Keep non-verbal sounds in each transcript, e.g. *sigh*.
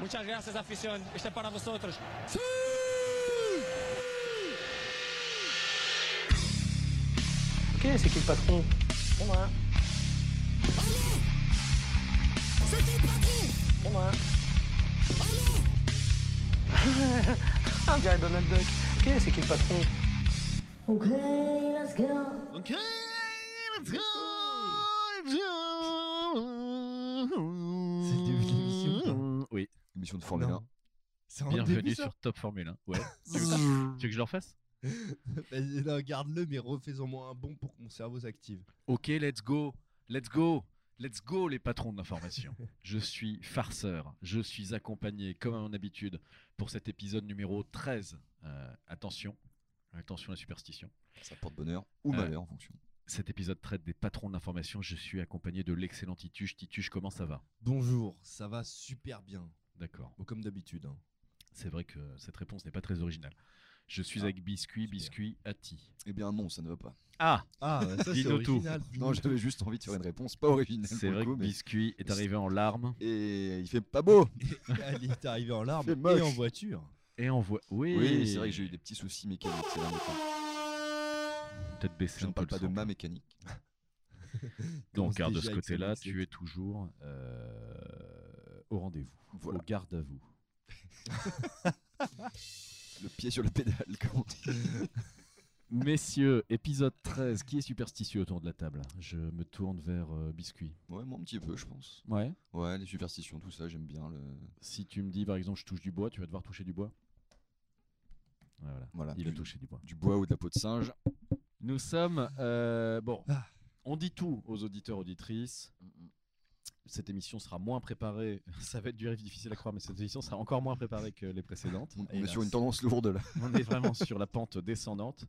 Muchas gracias, afición. Este es para vosotros. Ok, c'est qui le patron C'est moi. C'est moi. Ah, on dirait Donald Duck. Ok, c'est qui le patron Ok, let's go. Ok, let's go let's go. C'est le début de l'émission ou pas Oui, Émission Ah, de Formule Non. 1. C'est en début, bienvenue ça sur Top Formule 1. *laughs* Ouais. tu, veux, tu Vas-y, veux que je le refasse là, Regarde-le, mais refais-en moins un bon pour que mon cerveau s'active. Ok, let's go Let's go Let's go les patrons de *laughs* l'information. je suis farceur, je suis accompagné comme à mon habitude pour cet épisode numéro 13. Euh, attention, attention à la superstition. Ça porte bonheur ou Ouais. malheur en fonction. Cet épisode traite des patrons de l'information. Je suis accompagné de l'excellent Tituche. Tituche, comment ça va Bonjour, ça va super bien. D'accord. Bon, comme d'habitude. hein. C'est vrai que cette réponse n'est pas très originale. Je suis Ah, avec Biscuit, super. Biscuit, Ati. Eh bien non, ça ne va pas. Ah Ah, bah, ça c'est Dis-nous tout. original. *laughs* Non, *laughs* j'avais juste envie de faire une réponse pas originale. Mmh. C'est pour le vrai coup, que mais- Biscuit est arrivé en larmes Et il fait pas beau. Elle est arrivée en larmes C'est moche. et en voiture. et en voie. Oui, Oui, c'est vrai que j'ai eu des petits soucis mécaniques ces derniers temps. Peut-être baissé Je un ne peu parle le pas de sang. ma mécanique. Donc, Commence car de déjà ce avec côté-là, cette tu es toujours euh, au rendez-vous, Voilà. au garde à vous. Le pied sur le pédale, *laughs* comme on dit. Messieurs, épisode 13. Qui est superstitieux autour de la table Je me tourne vers euh, Biscuit. Ouais, moi un petit peu, je pense. Ouais. Ouais, les superstitions, tout ça, j'aime bien le. Si tu me dis par exemple je touche du bois, tu vas devoir toucher du bois. Ouais, voilà. Voilà. Il a du- touché du bois. Du bois ou de la peau de singe. Nous sommes euh, bon. Ah. On dit tout aux auditeurs auditrices. Cette émission sera moins préparée. *laughs* Ça va être du rêve difficile à croire, mais cette émission sera encore moins préparée que les précédentes. On on est Hélas. sur une tendance lourde là. On est vraiment sur la pente descendante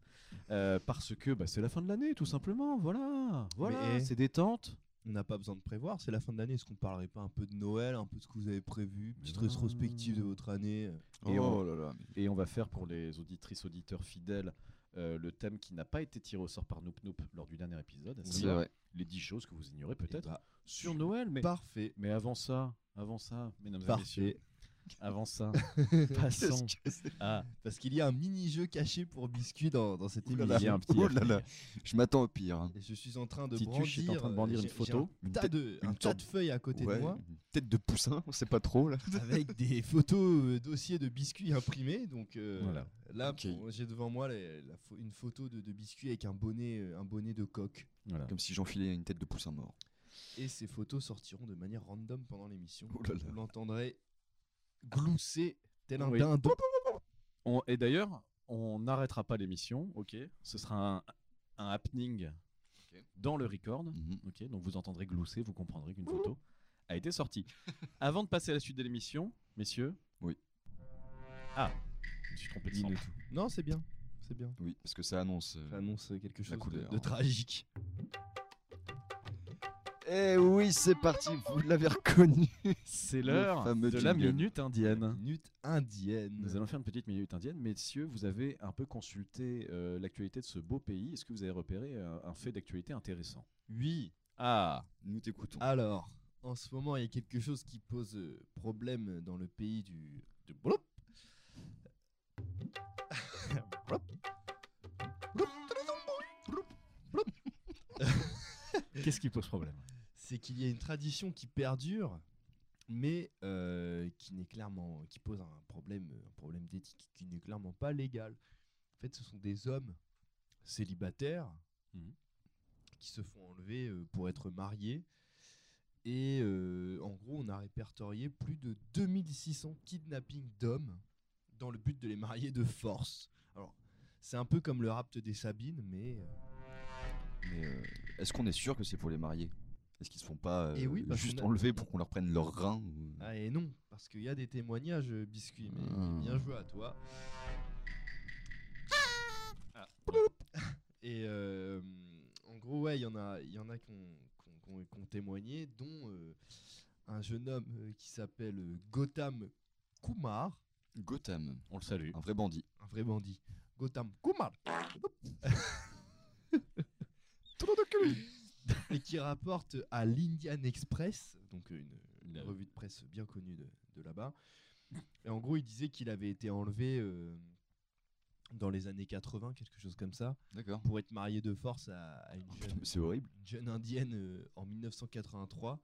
euh, parce que bah, c'est la fin de l'année, tout simplement. Voilà, voilà. Mais- C'est détente. On n'a pas besoin de prévoir, c'est la fin de l'année. Est-ce qu'on parlerait pas un peu de Noël, un peu de ce que vous avez prévu Mais Petite non. rétrospective de votre année. Et on- Oh là là. mais- Et on va faire pour les auditrices, auditeurs fidèles euh, le thème qui n'a pas été tiré au sort par Noop Noop lors du dernier épisode. à C'est savoir vrai. Les 10 choses que vous ignorez peut-être Eh bah, sur Noël, mais, Parfait. mais avant ça, avant ça, mesdames et messieurs, Parfait. avant *laughs* ça, passons à. Parce qu'il y a un mini-jeu caché pour Biscuit dans, dans cette Ouh émission. là là. Il y a un petit. Oh là là. happening. Je m'attends au pire. hein. Et je suis en train de Tituche est brandir, en train de brandir euh, une j'ai- photo. j'ai Une Un tas, tête- de, un une tas sorte- de feuilles à côté Ouais, de moi une Tête de poussin, on sait pas trop là. *laughs* avec des photos euh, dossiers de biscuits imprimés. Donc euh, Voilà. là, Ok. pour- j'ai devant moi les- la pho- une photo de, de biscuits avec un bonnet, euh, un bonnet de coq. Voilà. Comme si j'enfilais une tête de poussin mort. Et ces photos sortiront de manière random pendant l'émission. Oh là là. Vous l'entendrez glousser tel un Oui. dindon. On- et d'ailleurs, on n'arrêtera pas l'émission, ok Ce sera un, un happening Ok. dans le record, Mhm. ok Donc vous entendrez glousser, vous comprendrez qu'une photo a été sortie. Avant de passer à la suite de l'émission, messieurs. Oui. Ah, je me suis trompé de Dis-nous sample. *laughs* Non, c'est bien. C'est bien. Oui, parce que ça annonce. euh, Ça annonce quelque chose de, couleur. de tragique. Eh oui, c'est parti, vous l'avez reconnu. C'est Le l'heure de fameux la jingle. minute indienne. Minute indienne. Nous allons faire une petite minute indienne. Messieurs, vous avez un peu consulté euh, l'actualité de ce beau pays. Est-ce que vous avez repéré euh, un fait d'actualité intéressant Oui. Ah, Nous t'écoutons. Alors, en ce moment, il y a quelque chose qui pose euh, problème dans le pays du. de Blop. Blop. Blop. Blop. qu'est-ce qui pose problème C'est qu'il y a une tradition qui perdure, mais euh, qui n'est clairement, qui pose un problème, euh, un problème d'éthique qui n'est clairement pas légal. En fait, ce sont des hommes célibataires Mhm. qui se font enlever euh, pour être mariés. Et euh, en gros, on a répertorié plus de 2600 kidnappings d'hommes dans le but de les marier de force. Alors, c'est un peu comme le rapt des Sabines, mais... euh, Mais euh, est-ce qu'on est sûr que c'est pour les mariés Est-ce qu'ils se font pas euh, Eh oui, parce juste qu'on a- enlever pour qu'on leur prenne leur rein ou- Ah et non, parce qu'il y a des témoignages, euh, Biscuit, mais Ah. bien joué à toi. Et euh, en gros, ouais, il y en a, il y en a qui ont, qui ont- qui ont- qui ont témoigné, dont euh, un jeune homme euh, qui s'appelle euh, Gautam Kumar, Gotham, On le salue. un vrai bandit. un vrai bandit. Gautam Kumar Et qui rapporte à l'Indian Express, donc une, une Le- revue de presse bien connue de, de là-bas. Et en gros, il disait qu'il avait été enlevé euh, dans les années 80, quelque chose comme ça, D'accord. pour être marié de force à, à une, Oh, putain, jeune, mais C'est horrible. une jeune indienne euh, en 1983.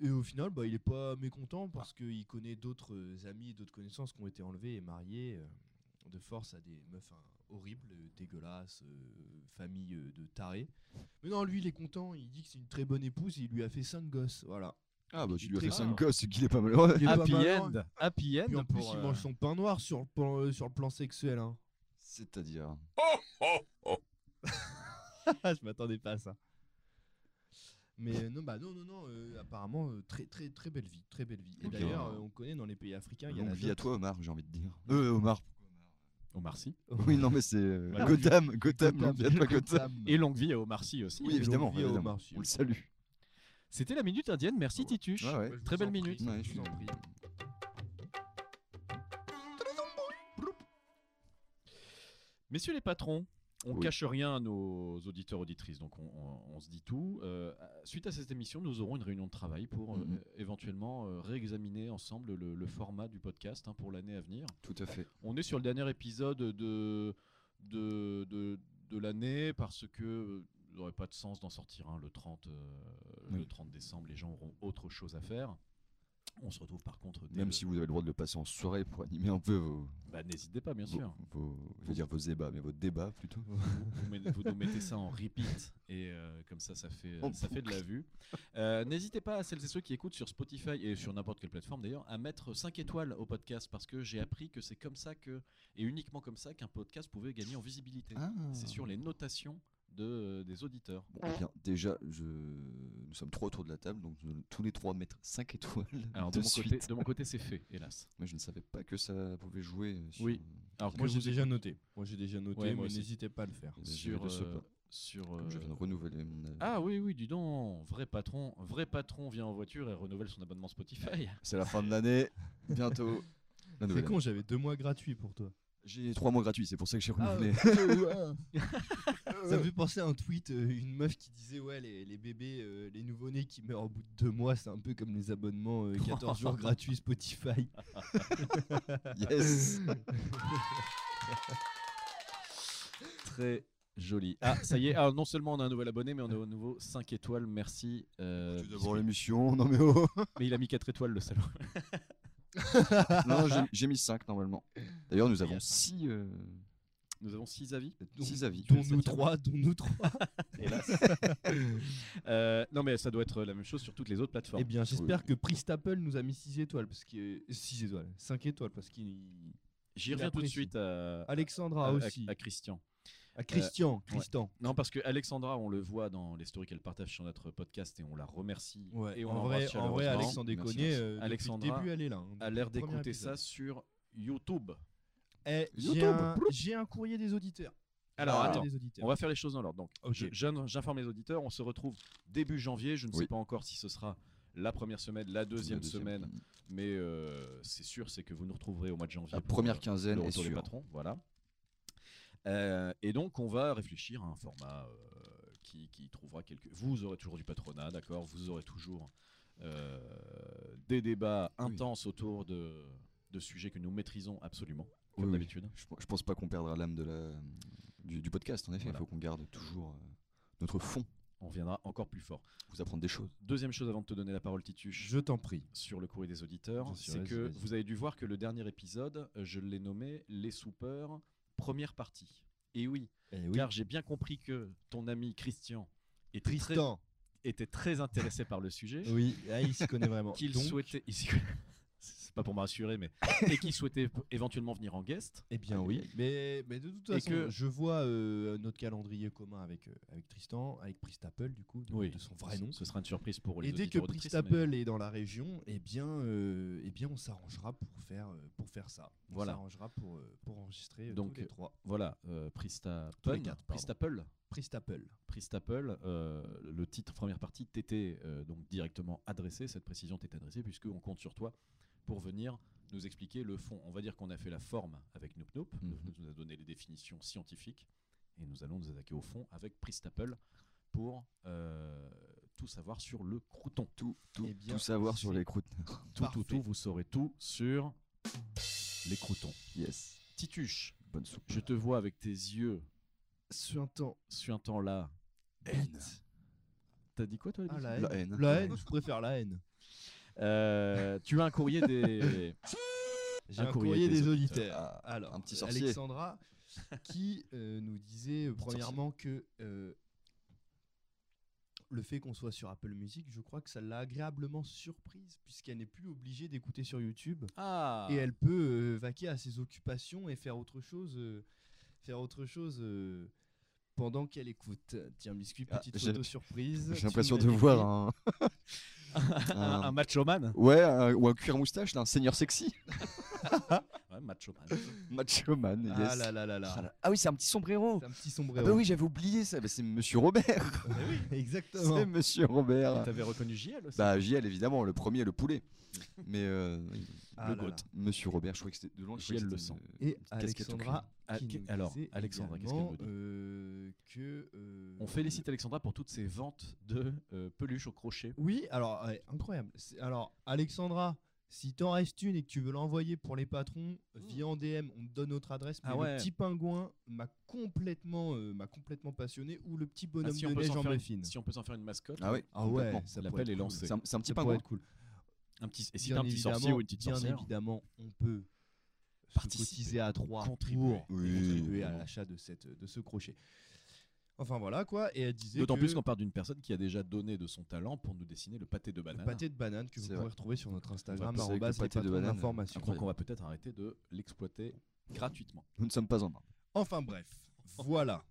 Et au final, bah, il n'est pas mécontent parce qu'il connaît d'autres euh, amis et d'autres connaissances qui ont été enlevés et mariés euh, de force à des meufs hein, horribles, euh, dégueulasses, euh, famille euh, de tarés. Mais non, lui, il est content, il dit que c'est une très bonne épouse et il lui a fait cinq gosses. Voilà. Ah bah tu Il lui as est fait très 5 bien. gosses, c'est qu'il est *laughs* pas malheureux. Il est pas Happy malin. end. Happy end Puis en plus, pour, il euh, mange son pain noir sur le plan, euh, sur le plan sexuel. hein. C'est-à-dire. *laughs* Ah, je m'attendais pas à ça. Mais euh, non, bah non, non, non. euh, apparemment, euh, très, très, très belle vie, très belle vie. Et Ok. d'ailleurs, euh, on connaît dans les pays africains, il y a Longue la vie à dot. toi, Omar, j'ai envie de dire. Euh, Omar. Omar Sy. Oui, non, mais c'est. euh, Voilà. Gotham, Gotham, Gotham, longue vie à *laughs* *laughs* toi, Gotham. Gotham. Et longue vie à Omar Sy aussi. Oui, Et évidemment, longue vie à évidemment. Omar Sy. On le salue. C'était la minute indienne. Merci Ah Ouais. Tituche. Ouais, ouais. Moi, je vous Très belle en minute. prie, Ouais, je je vous en suis- prie. Messieurs les patrons, on Oui. cache rien à nos auditeurs auditrices, donc on, on- on se dit tout. Euh, suite à cette émission, nous aurons une réunion de travail pour euh, Mhm. éventuellement euh, réexaminer ensemble le, le format du podcast hein, pour l'année à venir. Tout à fait. On est sur le dernier épisode de, de, de, de l'année parce que euh, il n'aurait pas de sens d'en sortir un le 30, euh, le Oui. 30 décembre. Les gens auront autre chose à faire. On se retrouve par contre. dès Même le- si vous avez le droit de le passer en soirée pour animer un peu vos. Bah, N'hésitez pas, bien vos- sûr. vos- je veux dire vos débats, mais vos débats plutôt. vous, met- vous nous mettez ça en repeat et euh, comme ça ça fait En ça fait de la vue. Euh, N'hésitez pas à celles et ceux qui écoutent sur Spotify et sur n'importe quelle plateforme d'ailleurs à mettre 5 étoiles au podcast parce que j'ai appris que c'est comme ça que et uniquement comme ça qu'un podcast pouvait gagner en visibilité. Ah. C'est sur les notations de, euh, des auditeurs. Bon, eh bien, déjà, je... nous sommes trois autour de la table, donc nous allons tous les trois mettre 5 étoiles Alors de, de, mon suite. côté, de mon côté c'est fait *laughs* hélas. Moi, je ne savais pas que ça pouvait jouer. euh, Sur... Oui. Alors Moi, que j'ai vous- déjà noté. Moi, j'ai déjà noté, Ouais, moi mais aussi. n'hésitez pas à le faire. les sur avis de ce euh, pas. sur Comme Je euh, viens de renouveler mon. avis. ah oui oui dis donc vrai patron vrai patron vient en voiture et renouvelle son abonnement Spotify. C'est la fin de l'année. Bientôt. La C'est nouvelle con, année. j'avais deux mois gratuits pour toi. Ah, J'ai trois mois gratuits, c'est pour ça que j'ai Ah, *laughs* renouvelé. Ah, Ça me fait penser à un tweet, euh, une meuf qui disait ouais les, les bébés, euh, les nouveau-nés qui meurent au bout de deux mois, c'est un peu comme les abonnements *laughs* euh, 14 jours gratuits Spotify. *laughs* *laughs* yes. Euh, Très *laughs* joli. Ah, ça y est, ah, non seulement on a un nouvel abonné, mais on a au nouveau 5 étoiles, merci. euh, Tout d'abord *laughs* l'émission. Non mais oh. mais il a mis 4 étoiles le salaud. non, j'ai- j'ai mis 5 normalement. D'ailleurs, nous avons Yes. 6 *laughs* Nous avons 6 avis. avis. Dont nous trois, dont nous *laughs* trois. Euh, non, mais ça doit être la même chose sur toutes les autres plateformes. Eh bien, j'espère Oui. que Pristaple nous a mis 6 étoiles parce que 6 étoiles, 5 étoiles parce qu'il J'y reviens tout de J'apprécie. suite à, Alexandra à- à- aussi, à Christian. ah, à, Christian, Christian. Non, parce que Alexandra, on le voit dans les stories qu'elle partage sur notre podcast et on la remercie. et on en l'embrasse vrai, en vrai, chaleureusement. Alexandre Merci, déconné, merci. euh, depuis Alexandra le début elle est là. hein, a l'air depuis le premier d'écouter épisode. ça sur YouTube. Eh, YouTube, j'ai un- j'ai un courrier des auditeurs. Alors, Ah. Courrier attends, des auditeurs. on va faire les choses dans l'ordre. Donc, Ok. Je- j'in- J'informe les auditeurs, on se retrouve début janvier. Je ne sais Oui. pas encore si ce sera la première semaine, la deuxième, semaine, mais euh, c'est sûr, c'est que vous nous retrouverez au mois de janvier. La pour, première euh, quinzaine le est retour des sûre. patrons, voilà. Euh, et donc, on va réfléchir à un format euh, qui, qui trouvera quelques. Vous aurez toujours du patronat, d'accord Vous aurez toujours euh, des débats Oui. intenses autour de, de sujets que nous maîtrisons absolument, Oui, comme oui. d'habitude. Je, je pense pas qu'on perdra l'âme de la du, du podcast. En effet, il Voilà. faut qu'on garde toujours euh, notre fond. On viendra encore plus fort. Vous apprendre des choses. Deuxième chose avant de te donner la parole, Tituche. Je t'en prie. sur le courrier des auditeurs, Bien sûr, c'est vas-y, que vas-y. vous avez dû voir que le dernier épisode, euh, je l'ai nommé Les soupeurs, première partie. Et oui, Eh oui. car j'ai bien compris que ton ami Christian était, Tristan. Très, était très intéressé par le sujet, Oui, ah, il s'y connaît *laughs* vraiment. qu'il Donc, souhaitait. il s'y- *laughs* C'est pas pour me rassurer, *laughs* mais. et qu'il souhaitait p- éventuellement venir en guest. Eh bien Aïe, oui, aïe, aïe. mais, mais de toute Et façon, que- je vois euh, notre calendrier commun avec, euh, avec Tristan, avec Pristaple du coup, de, de son vrai nom. Ce sera une surprise pour les Et dès que auditeurs, auditrices, mais- Pristaple est dans la région, eh bien, euh, eh bien on s'arrangera pour faire, euh, pour faire ça. On Voilà. s'arrangera pour, euh, pour enregistrer euh, Donc, tous les trois. Voilà, euh, Prista Tous les Pun, quatre, pardon. Pristapple. Pristaple. Pristapple, euh, le titre première partie t'était euh, donc directement adressé, cette précision t'est adressée puisque on compte sur toi pour venir nous expliquer le fond. On va dire qu'on a fait la forme avec Noop Noop, Mhm. Noop Noop nous a donné les définitions scientifiques et nous allons nous attaquer au fond avec Pristapple pour euh, tout savoir sur le crouton. Tout, tout, Eh bien, tout savoir sur c'est- les croûtes. *laughs* Tout, tout, Parfait. tout, vous saurez tout sur les croutons. yes. Tituche, Bonne soupe. je te vois avec tes yeux Sur un temps. sur un temps là. Haine. T'as dit quoi toi Elise la La haine. La haine, je préfère la haine. Euh, Tu as un courrier des. J'ai un, courrier des, auditeurs. Ah, Alors, un petit euh, sorcier. Alexandra, qui euh, nous disait euh, premièrement que euh, le fait qu'on soit sur Apple Music, je crois que ça l'a agréablement surprise, puisqu'elle n'est plus obligée d'écouter sur YouTube. Ah Et elle peut euh, vaquer à ses occupations et faire autre chose, euh, faire autre chose euh, pendant qu'elle écoute. Tiens, biscuit, Ah, petite j'ai- photo surprise. J'ai Tu l'impression nous de as voir hein, décrit- un. *laughs* Un, un- un machoman Ouais, un- ou un cuir moustache, là, un seigneur sexy. *laughs* Ouais, machoman. Macho man, yes. Ah là là là Ah là. là- ah oui, c'est un petit sombrero. C'est un petit Ah sombrero. bah oui, j'avais oublié ça. Bah, c'est *laughs* Monsieur Robert. *laughs* exactement. c'est Monsieur Ah. Robert. T'avais reconnu JL aussi Bah, JL, évidemment, le premier, le poulet. Mais euh, Ah le là là. goat. Monsieur Robert, je croyais que c'était de loin. je croyais JL que le c'était sent. une- Et une casquette au Alexandra. Ah, qui qu'est- nous alors, disait Alexandra, qu'est-ce également, qu'elle nous dit euh, que, euh, On félicite Alexandra pour toutes ses ventes de euh, peluches au crochet. Oui, alors, ouais, incroyable. C'est- Alors, Alexandra, si t'en restes une et que tu veux l'envoyer pour les patrons, euh, via en DM, on te donne notre adresse. Mais Hmm. Ah ouais. le petit pingouin m'a complètement, euh, m'a complètement passionné. Ou le petit bonhomme Ah, si, de on peut neige s'en en faire une- muffine. si on peut s'en faire une mascotte, euh, Ah oui, Ah ouais, complètement. ça pourrait l'appel être est cool. lancé. C'est un, c'est un petit Ça pourrait pingouin. être cool. Un petit, et si Bien t'as un petit sorcier évidemment- ou une petite Bien sorcière évidemment, on peut se Participer, cotiser à trois contribuer. pour Oui, contribuer à évidemment. l'achat de, cette, de ce crochet. Enfin voilà quoi, et elle disait D'autant que plus qu'on parle d'une personne qui a déjà donné de son talent pour nous dessiner le pâté de le banane. pâté de banane que vous C'est pourrez vrai. retrouver sur notre Instagram, passer avec le arrobase les pâté de patrons banane. d'information. Donc on va peut-être arrêter de l'exploiter gratuitement. Nous ne sommes pas en Inde. Enfin bref, voilà.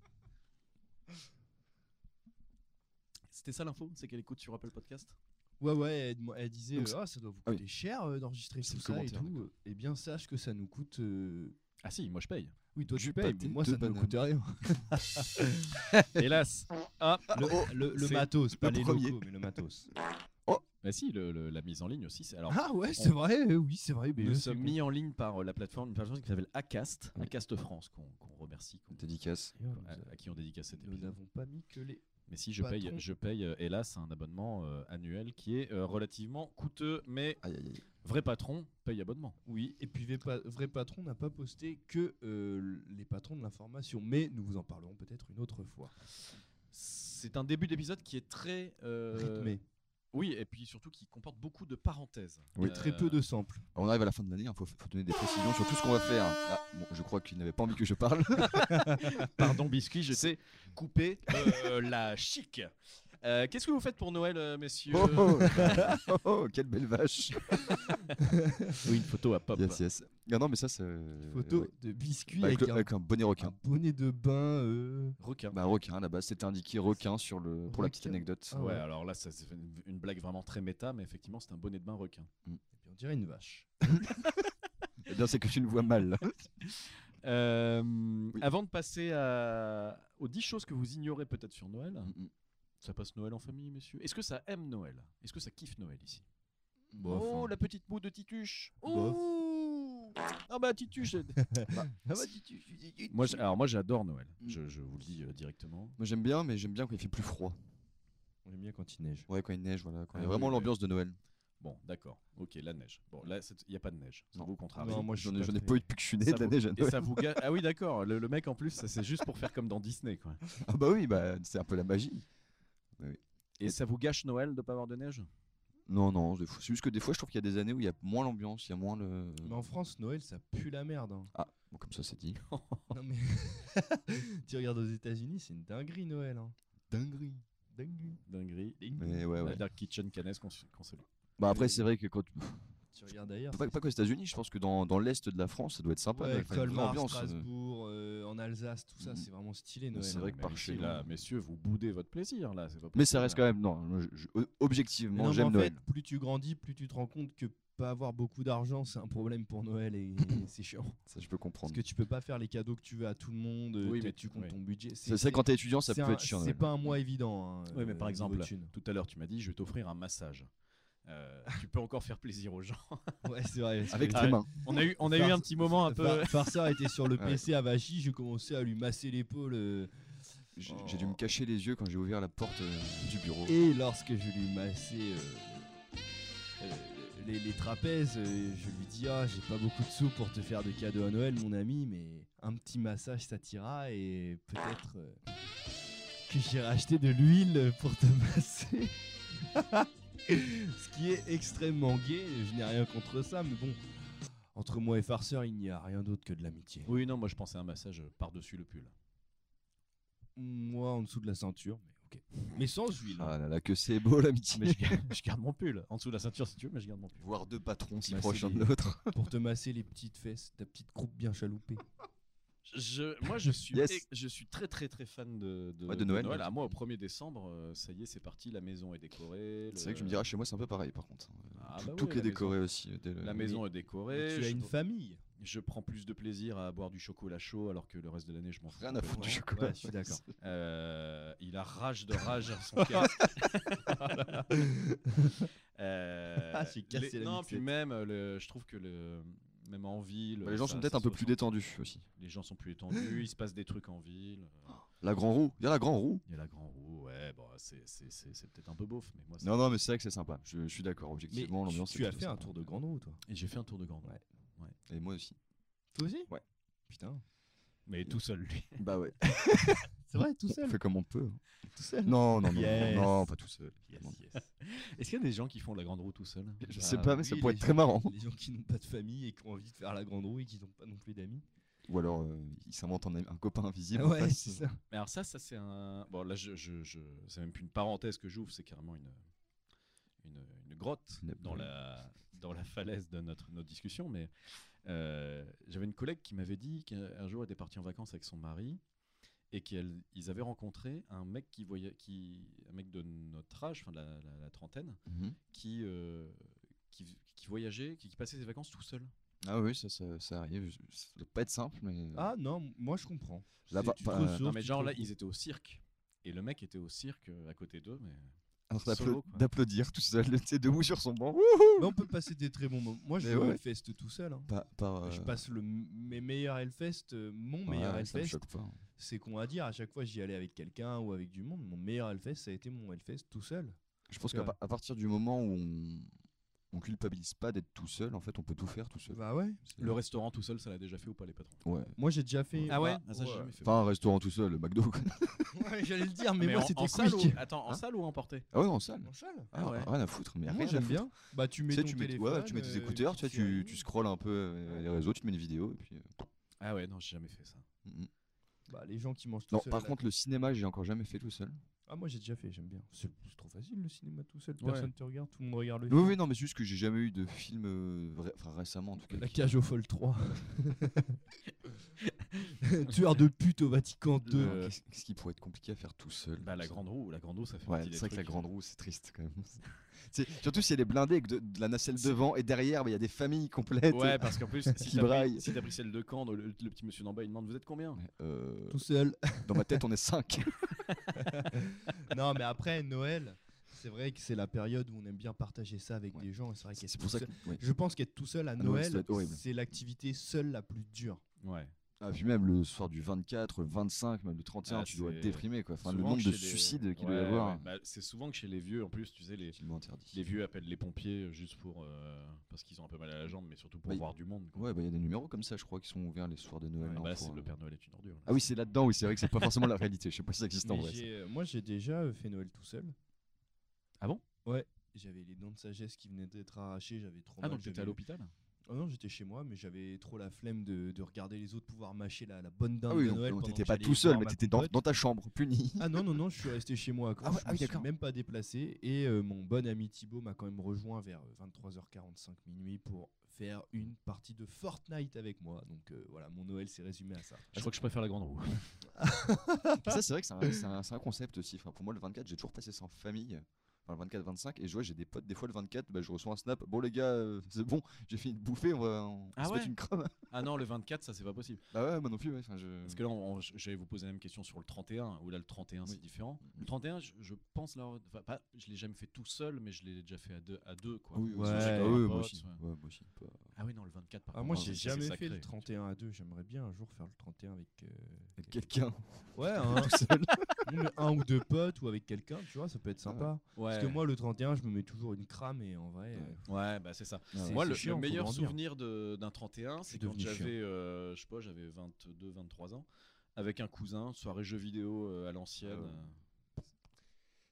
C'était ça l'info C'est qu'elle écoute sur Apple Podcast Ouais ouais, elle, dem- elle disait Donc c'est- euh, Ah, ça doit vous Ah oui. coûter cher euh, d'enregistrer C'est tout le ça et commentaire, tout. Eh bien sache que ça nous coûte... euh, Ah si, moi je paye. Oui toi Du tu payes, pâté mais moi de ça ne me banane. coûte rien. Hélas Ah Le, le- le c'est matos, pas le les premier. locaux, mais le matos. Bah si, le- le- la mise en ligne aussi. c'est- Alors, ah ouais, c'est vrai, euh, oui c'est vrai. mais nous eux, sommes c'est mis en ligne par euh, la plateforme, une plateforme qui s'appelle Acast, Oui. Acast France, qu'on qu'on remercie, qu'on- Dédicace. con. à, à qui on dédicace cet Nous épisode. n'avons pas mis que les. Mais si je paye, Patron. je paye euh, hélas un abonnement euh, annuel qui est euh, relativement coûteux, mais Aïe, aïe, aïe. vrai patron paye abonnement. Oui, et puis Vépa- Vrai Patron n'a pas posté que euh, les patrons de l'information, mais nous vous en parlerons peut-être une autre fois. C'est un début d'épisode qui est très euh, Rythmé. Oui, et puis surtout qui comporte beaucoup de parenthèses. Oui. Et très peu de samples. Bah, On arrive à la fin de l'année, il faut, faut donner des précisions sur tout ce qu'on va faire. Ah, bon, je crois qu'il n'avait pas envie que je parle. Euh, Pardon, biscuit, je sais couper euh, *laughs* la chic. Euh, Qu'est-ce que vous faites pour Noël, euh, messieurs Oh, oh, oh, oh, quelle belle vache. Oui, une photo à pop. Yes, yes. Ah Non, non, mais ça, c'est. Photo ouais. de biscuits Euh, Bah, avec, avec, le- un, avec un bonnet un requin. bonnet de bain. euh, Requin. Bah, requin là-bas, c'était indiqué requin sur le... pour la petite Requin. anecdote. Ah ouais, ouais. alors là, ça, c'est une, une blague vraiment très méta, mais effectivement, c'est un bonnet de bain requin. Et puis on dirait une vache. Eh bien, c'est que tu ne vois mal. Euh, Avant de passer à- aux 10 choses que vous ignorez peut-être sur Noël, Mm, mm. ça passe Noël en famille, messieurs Est-ce que ça aime Noël Est-ce que ça kiffe Noël ici Bof, Oh, hein. la petite moue de Tituche Bof. Ouh Ah bah Tituche Ah bah, tu- tu- tu- tu- *laughs* moi, j'- Alors moi j'adore Noël, Mm. je, je vous le dis euh, directement. Moi, j'aime bien, mais j'aime bien quand il fait plus froid. On aime bien quand il neige. Ouais, quand il neige, voilà. Quand Ah il y a oui, vraiment ouais. l'ambiance de Noël. Bon, d'accord. Ok, la neige. Bon, là, il n'y a pas de neige. Ça Non. vous contrarie. Non, moi, je J'en suis ai, pas j'en ai très- pas eu depuis que je suis né Ça de la vous- neige à Et Noël. ça vous *laughs* gâ- Ah oui, d'accord. Le, le mec, en plus, ça, c'est juste pour faire comme dans Disney. Quoi. Ah, bah oui, bah, c'est un peu la magie. Et ça vous gâche Noël de pas avoir de neige Non, non, des fois- c'est juste que des fois, je trouve qu'il y a des années où il y a moins l'ambiance, il y a moins le. Mais en France, Noël, ça pue la merde. hein. Bon, comme ça, c'est *laughs* dit. Oh. Non, mais tu regardes aux États-Unis, c'est une dinguerie Noël. hein. Dinguerie. Dinguerie. Dinguerie. Mmh. Mais ouais, La ouais. Dark Kitchen Canes qu'on s- qu'on salue. Bah, après, c'est vrai que quand. Tu regardes ailleurs. Pas, pas qu'aux États-Unis, je pense que dans, dans l'Est de la France, ça doit être sympa. Ouais, Noël. Enfin, il y a une vraie Colmar, ambiance, euh, Strasbourg, euh, en Alsace, tout ça, Mm. c'est vraiment stylé Noël. C'est hein. vrai Non, que mais par ici, chez là, nous- messieurs, vous boudez votre plaisir. là. c'est pas Mais ça possible, reste là. quand même. Non, je- je- Mais objectivement, non, mais j'aime en Noël. fait, plus tu grandis, plus tu te rends compte que pas avoir beaucoup d'argent, c'est un problème pour Noël *coughs* et c'est chiant. Ça, je peux comprendre. Parce que tu peux pas faire les cadeaux que tu veux à tout le monde, Oui, oui, mais mais tu comptes oui. ton budget. C'est vrai, quand t'es étudiant, ça c'est peut un- être chiant. C'est Noël. pas un mois évident. hein, Oui, mais par euh, niveau exemple, thune. Tout à l'heure, tu m'as dit je vais t'offrir un massage. *laughs* Euh, tu peux encore faire plaisir aux *laughs* gens. Ouais, c'est vrai. Avec Ah tes ouais. mains. On a eu, on a eu un Farce- petit moment un peu. *laughs* Farceur était sur le Ouais. PC à Vichy, j'ai commencé à lui masser l'épaule. euh, J'ai j'ai dû me cacher les yeux quand j'ai ouvert la porte euh, du bureau. Et lorsque je lui massais euh, euh, les, les trapèzes, euh, je lui dis Ah, j'ai pas beaucoup de sous pour te faire de cadeau à Noël, mon ami, mais un petit massage, ça t'ira et peut-être euh, que j'ai racheté de l'huile pour te masser. *laughs* Ce qui est extrêmement gai, je n'ai rien contre ça, mais bon, entre moi et Farceur, il n'y a rien d'autre que de l'amitié. Oui, non, moi je pensais à un massage par-dessus le pull. Moi, en dessous de la ceinture, mais ok. Mais sans huile. Ah là là, que c'est beau l'amitié. Mais je garde, *laughs* je garde mon pull. En dessous de la ceinture, si tu veux, mais je garde mon pull. *laughs* Voir deux patrons si Bah, proches c'est l'un de des- *laughs* l'autre. pour te masser les petites fesses, ta petite croupe bien chaloupée. Je, moi, je suis, Yes. et- je suis très, très, très fan de, Ouais, de Noël, ouais. Ah, moi, au 1er décembre, euh, ça y est, c'est parti. La maison est décorée. C'est le- vrai que je me dirais, chez moi c'est un peu pareil par contre. Ah, tout bah tout oui, qui est la maison- décoré aussi. euh, dès le- La maison est décorée. tu as je- une famille. je prends plus de plaisir à boire du chocolat chaud alors que le reste de l'année je m'en fous. Rien à foutre du complètement. chocolat. ouais, je suis d'accord. Euh, il a rage de *laughs* rage à son casque. Ah, Euh, Ah, j'ai les- cassé la Non, mixette. puis même, le, je trouve que le, même en ville. Bah, les gens ça- sont peut-être ça un peu se plus ressent. détendus aussi. Les gens sont plus détendus, il se passe des trucs en ville. euh, La grand roue, il y a la grand roue. Il y a la Grand Roue, ouais, bon, c'est c'est- c'est- c'est peut-être un peu beauf, mais moi ça- Non, non, mais c'est vrai que c'est sympa. Je, je suis d'accord. Mais Objectivement, l'ambiance tu, tu est as plutôt fait un sympa. tour de grande roue, toi. Et j'ai fait un tour de Grand Roue. Ouais. Et moi aussi. Toi aussi Ouais. Putain. Mais tout seul, lui. Bah ouais. C'est vrai, tout On seul. fait comme on peut. hein. Tout seul. Non, non, non, Yes. non, non, pas tout seul. Est-ce qu'il y a des gens qui font la Grande Roue tout seul Ah, Je Bah sais pas, mais ça oui, pourrait les être très gens- marrant. Les gens qui n'ont pas de famille et qui ont envie de faire la grande roue et qui n'ont pas non plus d'amis. Ah Ou alors, euh, il s'invente un, ami- un copain invisible. en Ouais, face. c'est ça. Mais alors ça, ça c'est un. Bon là, je, je, je... c'est même plus une parenthèse que j'ouvre, c'est carrément une, une, une grotte Une dans abbaye. la, dans la falaise de notre, notre discussion. Mais euh, j'avais une collègue qui m'avait dit qu'un jour elle était partie en vacances avec son mari et qu'ils avaient rencontré un mec qui voyait, qui, un mec de notre âge, enfin de la, la- la trentaine, Mhm. qui, euh, qui, qui voyageait, qui, qui passait ses vacances tout seul. Ah oui, ça, ça, ça arrive. Je- Ça doit pas être simple, mais. euh, Ah non, moi je comprends. Là, C'est- pas- tu te pas- ressources, Non mais tu te genre là, retrouves. ils étaient au cirque et le mec était au cirque euh, à côté d'eux, mais En train d'applau- solo, quoi. d'applaudir tout seul, *laughs* tu sais, debout sur son banc. Wouh Mais on peut passer des très bons moments. Moi je Mais vais au ouais. Hellfest tout seul. hein. Par- par, Je euh, passe le, m- mes meilleurs Hellfest, euh, mon ouais, meilleur ça me Hellfest, choque pas. hein. c'est qu'on va dire à chaque fois j'y allais avec quelqu'un ou avec du monde. Mon meilleur Hellfest, ça a été mon Hellfest tout seul. Je pense C'est qu'à vrai. par- à partir du moment où on, on culpabilise pas d'être tout seul, en fait, on peut tout faire tout seul. Bah ouais. C'est- le restaurant tout seul, ça l'a déjà fait ou pas les patrons Ouais. Moi j'ai déjà fait. Ah ouais, bah, Ah, ça, j'ai jamais fait. Enfin, un restaurant tout seul, le McDo. quoi. *laughs* Ouais, J'allais le dire, mais, Mais moi en- c'était en salle quick. ou- Attends, en Hein salle ou emporté Ah ouais, en salle. En salle Ah, ouais. Rien à foutre, mais Moi rien à j'aime foutre. bien. Bah tu mets Tu sais, ton tu mets, téléphone, ouais, tu mets tes euh, écouteurs, tu, vois, sur tu, une- tu scrolles un peu euh, les réseaux, tu te mets une vidéo. Et puis, euh, Ah ouais, non, j'ai jamais fait ça. mm, mm. Bah les gens qui mangent tout Non, seul. par là. contre, le cinéma, j'ai encore jamais fait tout seul. Ah moi j'ai déjà fait, j'aime bien. C'est c'est trop facile le cinéma tout seul, Ouais. personne te regarde, tout le monde regarde le Oui, film. oui, non, mais c'est juste que j'ai jamais eu de film euh, vrai- enfin, récemment en tout cas. La qui- cage aux folles *laughs* 3. *laughs* Tueur de euh, pute au Vatican 2. Alors, Le- Euh, qu'est-ce- Qu'est-ce qui pourrait être compliqué à faire tout seul Bah, la Ça- grande roue, la grande roue, ça fait Ouais, partie c'est des vrai que la trucs- grande roue, c'est triste quand même. *laughs* C'est- Surtout si elle est blindée et que de, de la nacelle devant et derrière, bah, il y a des familles complètes. *laughs* Ouais, parce *laughs* qu'en plus, si Qui t'as pris, braille. si t'as pris celle de Caen, le, le petit monsieur d'en bas, il demande Vous êtes combien Euh, Tout seul. dans ma tête, on est 5. non mais après Noël, c'est vrai que c'est la période où on aime bien partager ça avec Ouais. des gens. et C'est vrai qu'être c'est tout pour ça que. seul- ouais. Je pense qu'être tout seul à Noël, ça doit Noël, être horrible. c'est l'activité seule la plus dure. Ouais. Ah, puis même le soir du 24, le 25, même le 31, Ah, tu dois être c'est- déprimer quoi. Enfin, le Souvent, nombre chez de les- suicides qu'il doit y Ouais, avoir. ouais. Bah, c'est souvent que chez les vieux, en plus, tu sais, les, Filmement interdit. les vieux appellent les pompiers juste pour. euh, parce qu'ils ont un peu mal à la jambe, mais surtout pour Bah, voir du monde. quoi. Ouais, bah il y a des numéros comme ça, je crois, qui sont ouverts les soirs de Noël. Ouais, non, bah, pour, c'est- euh, le Père Noël est une ordure. là. Ah oui, c'est là-dedans, oui, c'est vrai que c'est pas forcément la réalité. Je sais pas si ça existe en Mais vrai. ça. j'ai- euh, moi, j'ai déjà euh, fait Noël tout seul. Ah bon Ouais. J'avais les dents de sagesse qui venaient d'être arrachées, j'avais trop Ah, mal. donc t'étais à j'avais- l'hôpital Ah non, j'étais chez moi, mais j'avais trop la flemme de, de regarder les autres pouvoir mâcher la, la bonne dinde Ah oui, de donc, Noël. donc pendant t'étais que pas j'allais tout seul, voir mais ma t'étais dans, compote. dans ta chambre, puni. *laughs* Ah non, non, non, je suis resté chez moi à Caen, Ah ouais, je ah me oui, suis d'accord. même pas déplacé. Et euh, mon bon ami Thibaut m'a quand même rejoint vers euh, 23h45 minuit pour faire une partie de Fortnite avec moi. Donc euh, voilà, mon Noël s'est résumé à ça. Je crois que je préfère la grande roue. ça, c'est vrai que c'est un, c'est un- c'est un concept aussi. Enfin, pour moi, le 24, j'ai toujours passé ça en famille. Enfin, le 24-25, et je vois, j'ai des potes. Des fois, le 24, bah, je reçois un snap. Bon, les gars, euh, c'est bon, j'ai fini de bouffer. On va on Ah se ouais mettre une crème. *laughs* Ah non, le 24, ça c'est pas possible. Bah ouais, moi non plus. Ouais. Enfin, je... Parce que là, on- on- j'allais vous poser la même question sur le 31, où là, le 31, c'est Oui. différent. Le Mhm. 31, je, je pense, là, enfin, pas, je l'ai jamais fait tout seul, mais je l'ai déjà fait à deux, à deux quoi. Oui, oui, Ouais, c'est- ah avec ouais, un moi pote, aussi. ouais. Ouais, moi aussi. pas- Ah oui, non, le 24, par par Ah, contre, moi, hein, j'ai ça, c'est jamais sacré. fait le 31 à 2. J'aimerais bien un jour faire le 31 avec. euh, *laughs* Avec Quelqu'un. Ouais, un, Non, mais un ou deux potes ou avec quelqu'un, tu vois, ça peut être sympa. Ouais. Parce que moi, le 31, je me mets toujours une crame et en vrai. euh, Ouais, bah c'est ça. Ah ouais. Moi, c'est le, chiant, le faut meilleur grandir. souvenir de- d'un 31, suis c'est quand devenu chiant. j'avais, euh, je sais pas, j'avais 22, 23 ans, avec un cousin, soirée jeux vidéo euh, à Ah l'ancienne.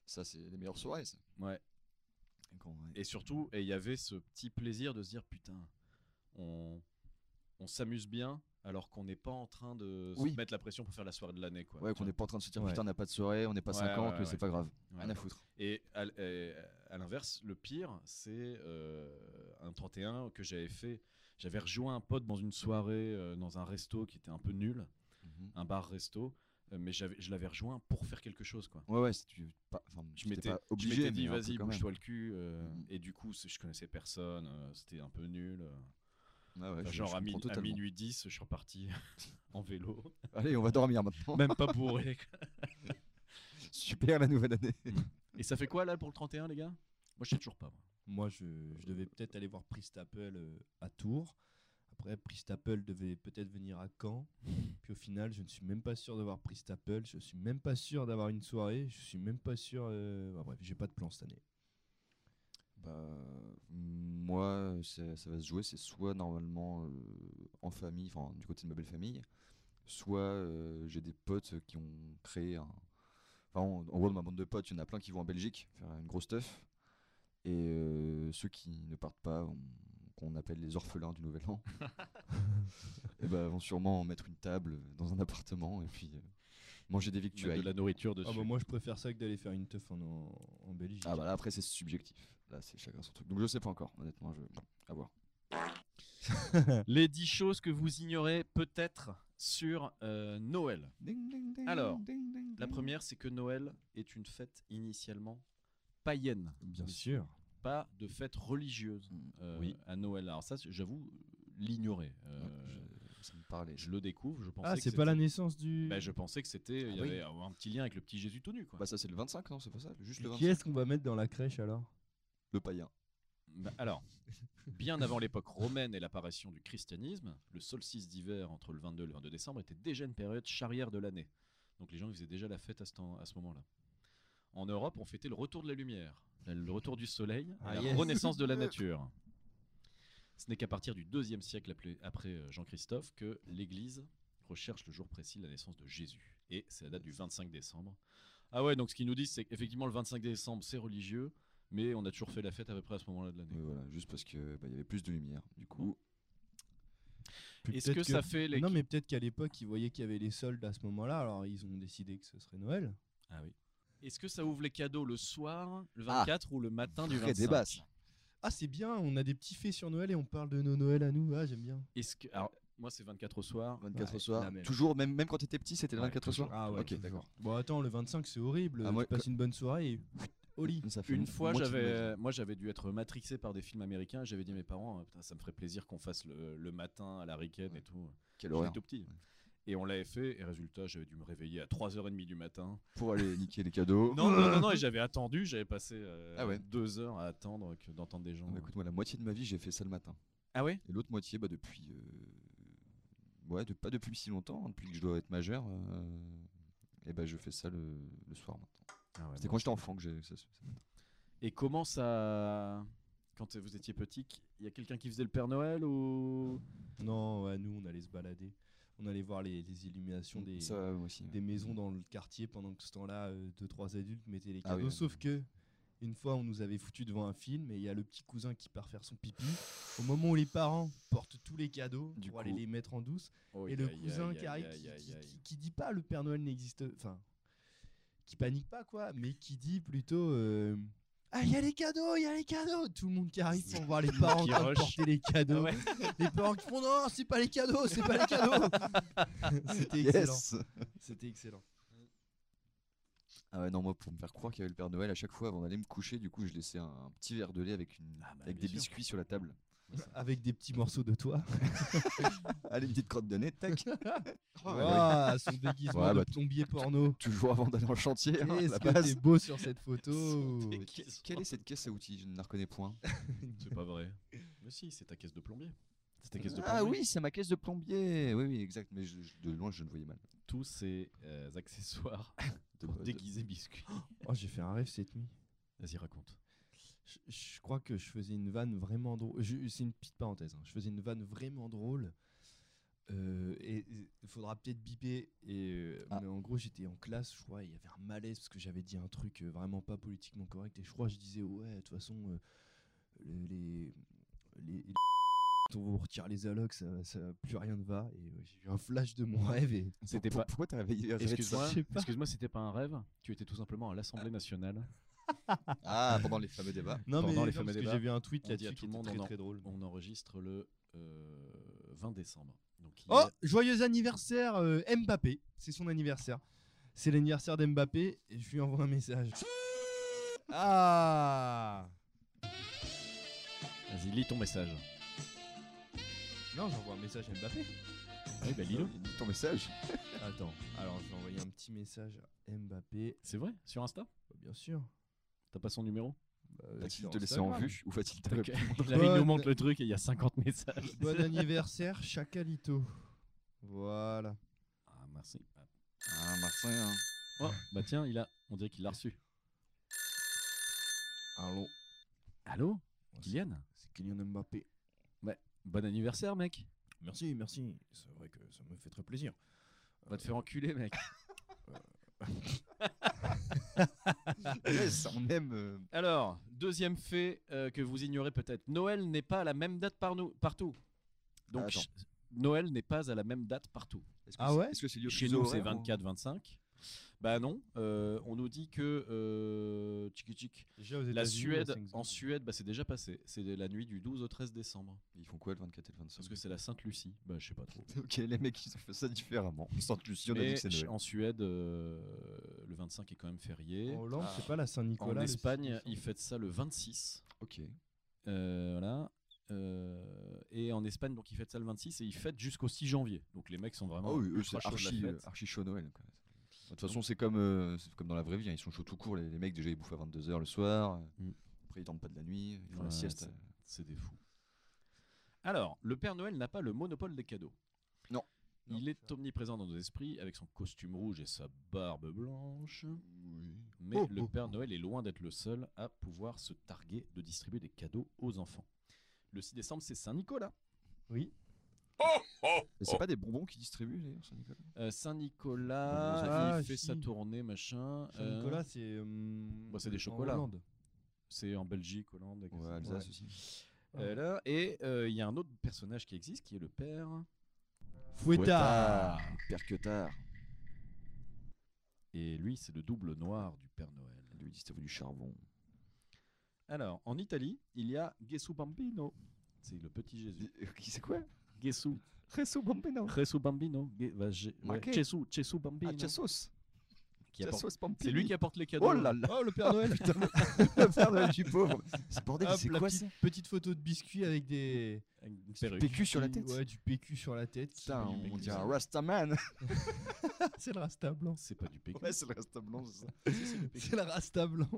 Ça, c'est les meilleures soirées, ça. euh, ouais. Quand- ouais. Et surtout, et il y avait ce petit plaisir de se dire putain, on, on s'amuse bien alors qu'on n'est pas en train de se Oui. mettre la pression pour faire la soirée de l'année. Quoi. Ouais, Tu qu'on n'est pas en train de se dire putain, on n'a pas de soirée, on n'est pas Ouais, 50, ouais, mais c'est ouais. pas grave. vois. Rien à foutre. Et à, l- et à l'inverse, le pire, c'est euh, un 31 que j'avais fait. J'avais rejoint un pote dans une soirée, euh, dans un resto qui était un peu nul, Mhm. un bar-resto, euh, mais j'avais- je l'avais rejoint pour faire quelque chose. quoi. Ouais, ouais, c'est- tu pas- enfin, Je tu t'es m'étais pas je obligé. m'étais dit, mais un peu vas-y, quand même. bouge-toi le cul. euh, Mhm. Et du coup, c'est- je connaissais personne, euh, c'était un peu nul. euh. Ouais, ouais, Enfin, je- genre je à, min- comprends à totalement. minuit 10, je suis reparti *laughs* en vélo, *laughs* Allez, on va dormir maintenant. *laughs* même pas bourré. Super la nouvelle année. Et ça fait quoi là pour le 31, les gars Moi, je sais toujours pas. moi. Moi, je, je devais peut-être aller voir Pristaple euh, à Tours. Après, Pristaple devait peut-être venir à Caen. Puis au final, je ne suis même pas sûr d'avoir Pristaple. Je suis même pas sûr d'avoir une soirée. Je suis même pas sûr. euh, bah, bref, j'ai pas de plan cette année. Bah, moi, c'est- ça va se jouer, c'est soit normalement euh, en famille, enfin du côté de ma belle famille, soit euh, j'ai des potes qui ont créé un. Enfin, en, en gros, de ma bande de potes, il y en a plein qui vont en Belgique faire une grosse teuf. Et euh, ceux qui ne partent pas, on- qu'on appelle les orphelins du Nouvel An, *laughs* et bah, vont sûrement mettre une table dans un appartement et puis euh, manger des Mettre victuailles. de la nourriture dessus. Ah bah, moi, je préfère ça que d'aller faire une teuf en, en, en Belgique. Ah bah là, après, c'est subjectif. Là, c'est chacun son truc. Donc, je sais pas encore, honnêtement, je. À voir. Les 10 choses que vous ignorez peut-être sur euh, Noël. Alors, Mmh. La première, c'est que Noël est une fête initialement païenne. Bien sûr. Pas de fête religieuse euh, Mmh. Oui. à Noël. Alors ça, c'est- j'avoue, l'ignorer. Euh, Ça me parlait. je... le découvre. Je pensais Ah, que c'est pas la c'était- naissance du. Bah, je pensais que c'était. Il y Ah oui. avait euh, un petit lien avec le petit Jésus tout nu. Quoi. Bah, ça, c'est le 25, non C'est pas ça Juste le 25. Qui est-ce qu'on va mettre dans la crèche alors Le païen. Bah, alors, bien avant l'époque romaine et l'apparition du christianisme, le solstice d'hiver entre le 22 et le 22 décembre était déjà une période charrière de l'année. Donc les gens ils faisaient déjà la fête à ce, temps- à ce moment-là. En Europe, on fêtait le retour de la lumière, la- le retour du soleil, et Ah, la yes. renaissance *laughs* de la nature. Ce n'est qu'à partir du deuxième siècle appelé- après euh, Jean-Christophe que l'Église recherche le jour précis de la naissance de Jésus. Et c'est la date du 25 décembre. Ah ouais, donc ce qu'ils nous disent, c'est qu'effectivement le 25 décembre, c'est religieux, mais on a toujours fait la fête à peu près à ce moment-là de l'année. Oui, Euh, voilà, juste parce que bah, il y avait plus de lumière. Du coup, Puis Est-ce que, peut-être ça fait les. Non, mais peut-être qu'à l'époque, ils voyaient qu'il y avait les soldes à ce moment-là, alors ils ont décidé que ce serait Noël. Ah oui. Est-ce que ça ouvre les cadeaux le soir, le Ah, 24 ou le matin du vrai 25 débat, ça. Ah, c'est bien, on a des petits faits sur Noël et on parle de nos Noël à nous. Ah, j'aime bien. Est-ce que alors moi c'est 24 au soir. 24 Ouais, au soir. la même. Toujours, même, même quand t'étais petit, c'était le Ouais, 24 au soir Ah ouais, ok, toujours. d'accord. Bon, attends, le 25, c'est horrible. Ah, tu moi, passes une bonne soirée et au *laughs* lit. Ça fait Une mo- fois moitié de ma vie. j'avais euh, moi j'avais dû être matrixé par des films américains, j'avais dit à mes parents euh, putain ça me ferait plaisir qu'on fasse le, le matin à la ricaine et tout. Quelle J'étais horreur. tout petit. Et on l'avait fait et résultat, j'avais dû me réveiller à 3h30 du matin. Pour aller niquer les cadeaux. Non non non, *laughs* non, et j'avais attendu, j'avais passé euh, Ah ouais. deux heures à attendre que d'entendre des gens. Ah bah, écoute, moi, la moitié de ma vie, j'ai fait ça le matin. ah ouais Et l'autre moitié, bah, depuis. euh, Ouais, de- pas depuis si longtemps, hein, depuis que je dois être majeur. euh, Et bah, je fais ça le, le soir maintenant. Ah C'était quand j'étais enfant que j'ai. ça se- ça- Et comment ça. Quand vous étiez petit, il y a quelqu'un qui faisait le Père Noël ou. Non, ouais, nous, on allait se balader. On allait voir les, les illuminations des, Ça, euh, moi aussi. ouais. des maisons dans le quartier pendant que ce temps-là, euh, deux, trois adultes mettaient les Ah oui, cadeaux. ouais. Sauf que, une fois, on nous avait foutu devant un film et il y a le petit cousin qui part faire son pipi. Au moment où les parents portent tous les cadeaux Du pour aller coup- les mettre en douce. Oh, Oh, et le cousin qui arrive, qui, qui- qui- qui dit pas le Père Noël n'existe, enfin, qui panique pas quoi, mais qui dit plutôt euh, ah il y a les cadeaux, il y a les cadeaux, tout le monde qui arrive sans *laughs* voir les parents Qui qui rush. porter les Ah cadeaux, ouais. *laughs* les parents qui font non c'est pas les cadeaux, c'est pas les *laughs* cadeaux. C'était excellent, Yes c'était excellent. Ah ouais, non, moi, pour me faire croire qu'il y avait le Père Noël, à chaque fois avant d'aller me coucher, du coup, je laissais un, un petit verre de lait avec, une, Ah bah, avec bien des sûr. biscuits sur la table. Avec des petits morceaux de *laughs* toi. Allez, une petite crotte de nez, tac Ah, son déguisement Ouais, de bah, plombier *laughs* porno. Toujours avant d'aller en chantier, hein, Qu'est-ce la que base. t'es beau sur cette photo. Son Mais Quelle est cette caisse à outils Je ne la reconnais point. C'est pas vrai. Mais si, c'est ta caisse de plombier. C'était caisse de Ah plomberie. oui, c'est ma caisse de plombier. Oui, oui, exact. Mais je- je- de loin, je ne voyais mal. Tous ces euh, *laughs* accessoires De- pour de- déguiser biscuit. Oh, j'ai fait un rêve cette nuit. Vas-y, raconte. Je, je crois que je faisais une vanne vraiment drôle. Je- C'est une petite parenthèse. hein. Je faisais une vanne vraiment drôle. Euh, et il faudra peut-être biper. Et, euh, Ah. Mais en gros, j'étais en classe, je crois, et il y avait un malaise parce que j'avais dit un truc euh, vraiment pas politiquement correct. Et je crois que je disais, ouais, de toute façon, euh, le- les. les, *laughs* les on vous retire les allocs, ça, ça- plus rien ne va. Et euh, j'ai eu un flash de mon rêve. Et C'était Pour- pas. Pourquoi t'as réveillé hier avec ça Excuse-moi, je sais pas. excuse-moi, c'était pas un rêve. Tu étais tout simplement à l'Assemblée nationale. Ah, pendant les fameux débats. Pendant Non, mais les non, fameux parce que débats, j'ai vu un tweet on dit à là-dessus tout qui le était monde, très on en- très drôle. On enregistre le euh, 20 décembre. Donc, il y Oh, a- joyeux anniversaire euh, Mbappé. C'est son anniversaire. C'est l'anniversaire d'Mbappé et je lui envoie un message. Ah Vas-y, lis ton message. Non, j'envoie un message à Mbappé. Oui, bah, lis-le. Il dit ton message. Attends, alors je vais envoyer un petit message à Mbappé. C'est vrai Sur Insta Bah, bien sûr. T'as pas son numéro Bah, Va-t-il sur te laisser en Instagram. vue ou va-t-il te Ok. *laughs* répondre Là, il nous Bonne- montre le truc et il y a 50 messages. *laughs* Bon anniversaire, Chacalito. Voilà. Ah, merci. Ah, Martin, hein. Oh, bah tiens, il a... on dirait qu'il l'a reçu. Allô, Allô Kylian c'est Kylian Mbappé. Bon anniversaire, mec. Merci, merci. C'est vrai que ça me fait très plaisir. Va te faire enculer, mec. *laughs* Yes, on aime. euh, *laughs* Alors, deuxième fait euh, que vous ignorez peut-être. Noël n'est pas à la même date par nous, partout. Donc, Attends. ch- Noël n'est pas à la même date partout. est-ce que Ah c'est- ouais Est-ce que c'est lié au Chez fuseau nous, c'est horaire ou- 24-25. Bah non, euh, on nous dit que euh, tchiki tchik, Déjà aux la États-Unis, Suède, là, c'est- en Suède, bah, c'est déjà passé. C'est la nuit du 12 au 13 décembre. Ils font quoi le 24 et le 25 Parce que c'est la Sainte-Lucie. Bah, je sais pas trop. Ok, les mecs, ils ont fait ça différemment. Sainte Lucie, on a dit Mais que c'est Noël. en Suède, euh, le 25 est quand même férié. En Hollande, Ah. c'est pas la Saint-Nicolas. en Oh, le hein. Espagne, 6 ils fêtent ça le 26. Ok. Euh, voilà. Euh, et en Espagne, donc ils fêtent ça le 26 et ils fêtent jusqu'au 6 janvier. Donc les mecs sont vraiment. Oh oui, eux, ultra chauds c'est de la archi, fête. euh, archi chaud Noël. quoi. De toute façon, c'est comme, euh, c'est comme dans la vraie vie. hein, Ils sont chauds tout court. Les, les mecs, déjà, ils bouffent à 22h le soir. euh, Mm. Après, ils dorment pas de la nuit. Ils font la Ouais, sieste. c'est- C'est des fous. Alors, le Père Noël n'a pas le monopole des cadeaux. Non. Il est omniprésent dans nos esprits avec son costume rouge et sa barbe blanche. Mais Oh, le oh, Père Noël est loin d'être le seul à pouvoir se targuer de distribuer des cadeaux aux enfants. Le 6 décembre, c'est Saint-Nicolas. Mais c'est pas des bonbons qu'ils distribuent, d'ailleurs, Saint-Nicolas Euh, Bon, Saint-Nicolas, ah, il fait sa si. tournée, machin. euh, Saint-Nicolas, c'est. euh, bah, c'est des en chocolats. Hollande. c'est en Belgique, Hollande. etc. Ouais, Alsace aussi. Euh, là, et euh, il y a un autre personnage qui existe qui est le père. Ah, Fouettard Père Queutard. Et lui, c'est le double noir du Père Noël. Lui, il distribue du charbon. Alors, en Italie, il y a Gesù Bambino. C'est le petit Jésus. *laughs* Qui c'est quoi Gesù. Resso Bambino. Gesù Bambino. Ge- va- Ge- ouais, Marqué. Gesù, Gesù Bambino. Ah, Chassos. qui apporte- Chassos Pampini. C'est lui qui apporte les cadeaux. Oh là là Oh, le Père Noël *laughs* Putain, le Père Noël du pauvre. Ce bordel, Hop, c'est la quoi petite, ça petite photo de biscuit avec des. Avec une du perruque. PQ sur la du- tête Ouais, du PQ sur la tête. qui- Putain, du on PQ. dirait *laughs* un Rastaman. C'est le Rasta blanc. C'est pas du PQ. *laughs* Ouais, c'est le Rasta blanc, c'est ça. C'est le Rasta *laughs* blanc.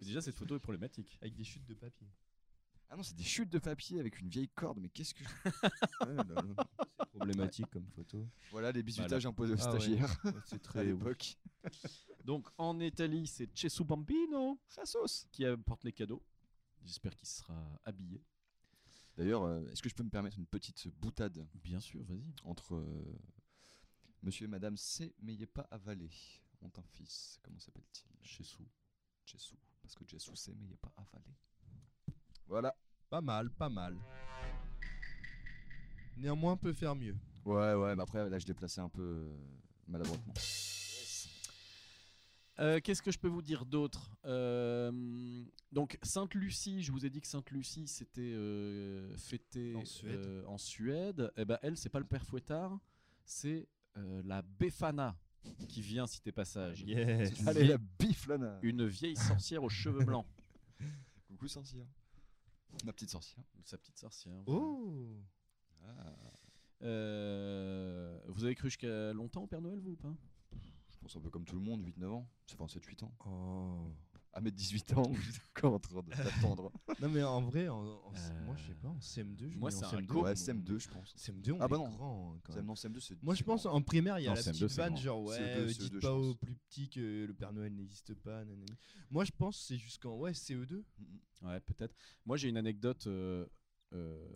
Mais déjà, cette photo est problématique. Avec des chutes de papier. Ah non, c'est des chutes de papier avec une vieille corde, mais qu'est-ce que. Ah là là. Problématique comme photo. Voilà les bisutages imposés aux Ah ouais. stagiaires c'est à très. l'époque. Donc, en Italie, c'est Gesù Bambino Rassos qui apporte les cadeaux. J'espère qu'il sera habillé. D'ailleurs, euh, est-ce que je peux me permettre une petite boutade Bien sûr, vas-y. entre euh, Monsieur et Madame C, mais il pas avalé ont un fils. Comment s'appelle-t-il Gesù. Jessou. Parce que Jessou C, mais il pas avalé. Voilà. Pas mal, pas mal. Néanmoins, peut faire mieux. Ouais, ouais, mais après, là, je l'ai placé un peu euh, maladroitement. Euh, Qu'est-ce que je peux vous dire d'autre Euh, Donc Sainte-Lucie, je vous ai dit que Sainte-Lucie c'était euh, fêté En Suède. euh, en Suède. Eh ben elle, c'est pas le père Fouettard, c'est euh, la Befana qui vient citer passage. *laughs* Yes Une *laughs* Allez, vieille- la bif, Lana Une vieille sorcière aux cheveux blancs, *laughs* Coucou, sorcière. Ma petite sorcière. sa petite sorcière. Oh Ah, Euh, vous avez cru jusqu'à longtemps au Père Noël vous ou pas je pense un peu comme tout le monde, 8-9 ans. C'est 27-8 ans. Oh à mes 18 ans *laughs* où j'étais encore en train de- *laughs* d'attendre. Non, mais en vrai, en, en- Euh, moi, je sais pas, en CM2, je moi, mets en c'est un CM2. Go. Ouais, CM2, je pense. CM2, on Ah bah est non. grand, hein, quand même. Non, CM2, c'est. Moi, je c'est pense grand. en primaire, il y a Non, la CM2, petite c'est vanne, grand. genre ouais, CE2, euh, CE2, dites je pas pense. aux plus petits que le Père Noël n'existe pas. nanani. Moi, je pense que c'est jusqu'en ouais E CE2. Mm, mm. Ouais, peut-être. Moi, j'ai une anecdote euh, euh,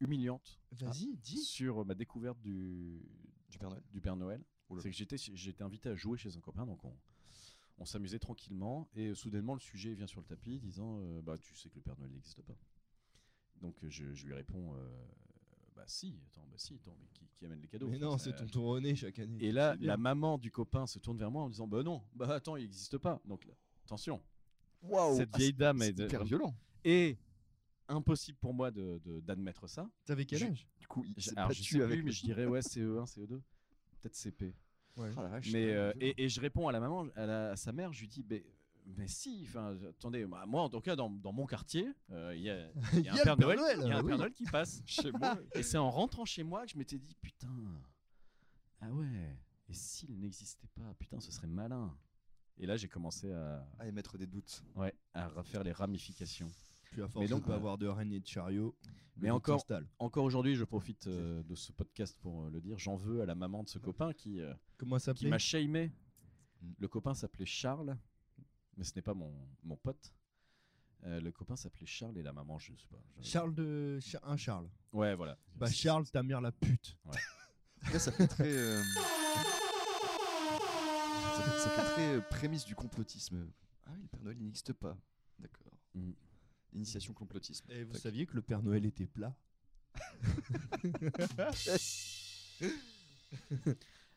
humiliante Vas-y, dis. sur ma découverte du, Du Père Noël du Père Noël. Oula. C'est que j'étais j'étais invité à jouer chez un copain, donc on, on s'amusait tranquillement. Et euh, soudainement, le sujet vient sur le tapis disant euh, Bah, tu sais que le Père Noël n'existe pas. Donc euh, je, je lui réponds euh, Bah, si, attends, bah, si, attends, mais qui, qui amène les cadeaux Mais non, Euh, c'est ton tour au nez chaque année. Et là, C'est bien. la maman du copain se tourne vers moi en disant Bah, non, bah, attends, il n'existe pas. Donc, là, attention. Cette Ah, vieille c'est- dame c'est est de- hyper violent. Et impossible pour moi de- de- d'admettre ça. T'avais quel je- âge Du coup, il J- s'est Alors, je sais battu plus, avec. mais je dirais ouais E CE1, CE2, peut-être CP. Ah, la vache, mais c'est euh, violent. et, et je réponds à la maman, à, la- à sa mère, je lui dis mais, mais si, enfin attendez, bah, moi moi, en tout cas dans, dans mon quartier, euh, il y *laughs* a- il y, a un Père Noël, il y a un Père bah oui. Noël qui passe *laughs* chez moi. Et c'est en rentrant chez moi que je m'étais dit putain, ah ouais, et s'il n'existait pas, putain, ce serait malin. Et là, j'ai commencé à, Ah, émettre des doutes. ouais, à refaire les ramifications. Puis à force Mais mais donc, de pas euh, avoir de reine et de chariot. le mais doute encore- s'installe. Encore aujourd'hui, je profite euh, de ce podcast pour euh, le dire. J'en veux à la maman de ce copain qui, euh, Comment ça qui s'appelait m'a shamé. Mm. Le copain s'appelait Charles, mais ce n'est pas mon, mon pote. Euh, le copain s'appelait Charles et la maman, je sais pas. je- Charles de Cha- un Charles. Ouais, voilà. Bah Charles, ta mère la pute. Après, ça fait très. euh, ça, fait, ça fait très euh, prémisse du complotisme. Ah oui, le Père Noël il n'existe pas. D'accord. Mm. Initiation complotisme. Et vous Tac. saviez que le Père Noël était plat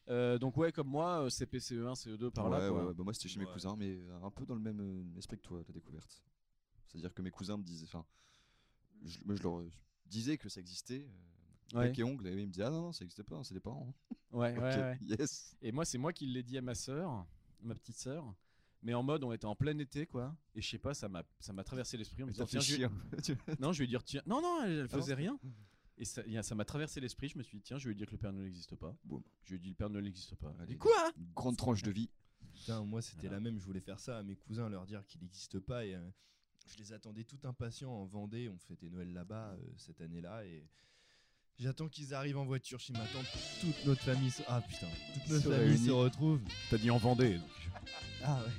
Euh, donc ouais, comme moi, euh, CP, CE1, CE2 par Ouais, là. quoi. ouais, bah moi, c'était chez mes Ouais. cousins, mais euh, un peu dans le même euh, esprit que toi, la découverte. C'est-à-dire que mes cousins me disaient. Enfin, je, moi, je leur euh, disais que ça existait. Euh, Ouais. bec et ongles, et ils me disaient Ah non, non, ça n'existait pas, c'est des parents. hein. Ouais, Ok, ouais, ouais. Yes. Et moi, c'est moi qui l'ai dit à ma sœur, ma petite sœur. Mais en mode, on était en plein été, quoi. Et je sais pas, ça m'a, ça m'a traversé l'esprit. en me Mais t'as disant, fait tiens, je vais- chier. *laughs* hein. Tu- Non, je vais lui dire tiens. Non, non, elle, elle Ah non, faisait rien. Et ça il y a- ça m'a traversé l'esprit. Je me suis dit tiens, je vais lui dire que le Père Noël n'existe pas. Boum. Je lui ai dit le Père Noël n'existe pas. Elle a Allez. dit, quoi Une grande tranche de vie. Putain, moi c'était Voilà. la même, je voulais faire ça à mes cousins, leur dire qu'il n'existe pas. Et, euh, je les attendais tout impatients en Vendée, on fêtait Noël là-bas euh, cette année-là. Et j'attends qu'ils arrivent en voiture chez ma tante. Toute notre famille se, ah, putain, toute notre Se famille réunit. se retrouve. T'as dit en Vendée. Ah ouais.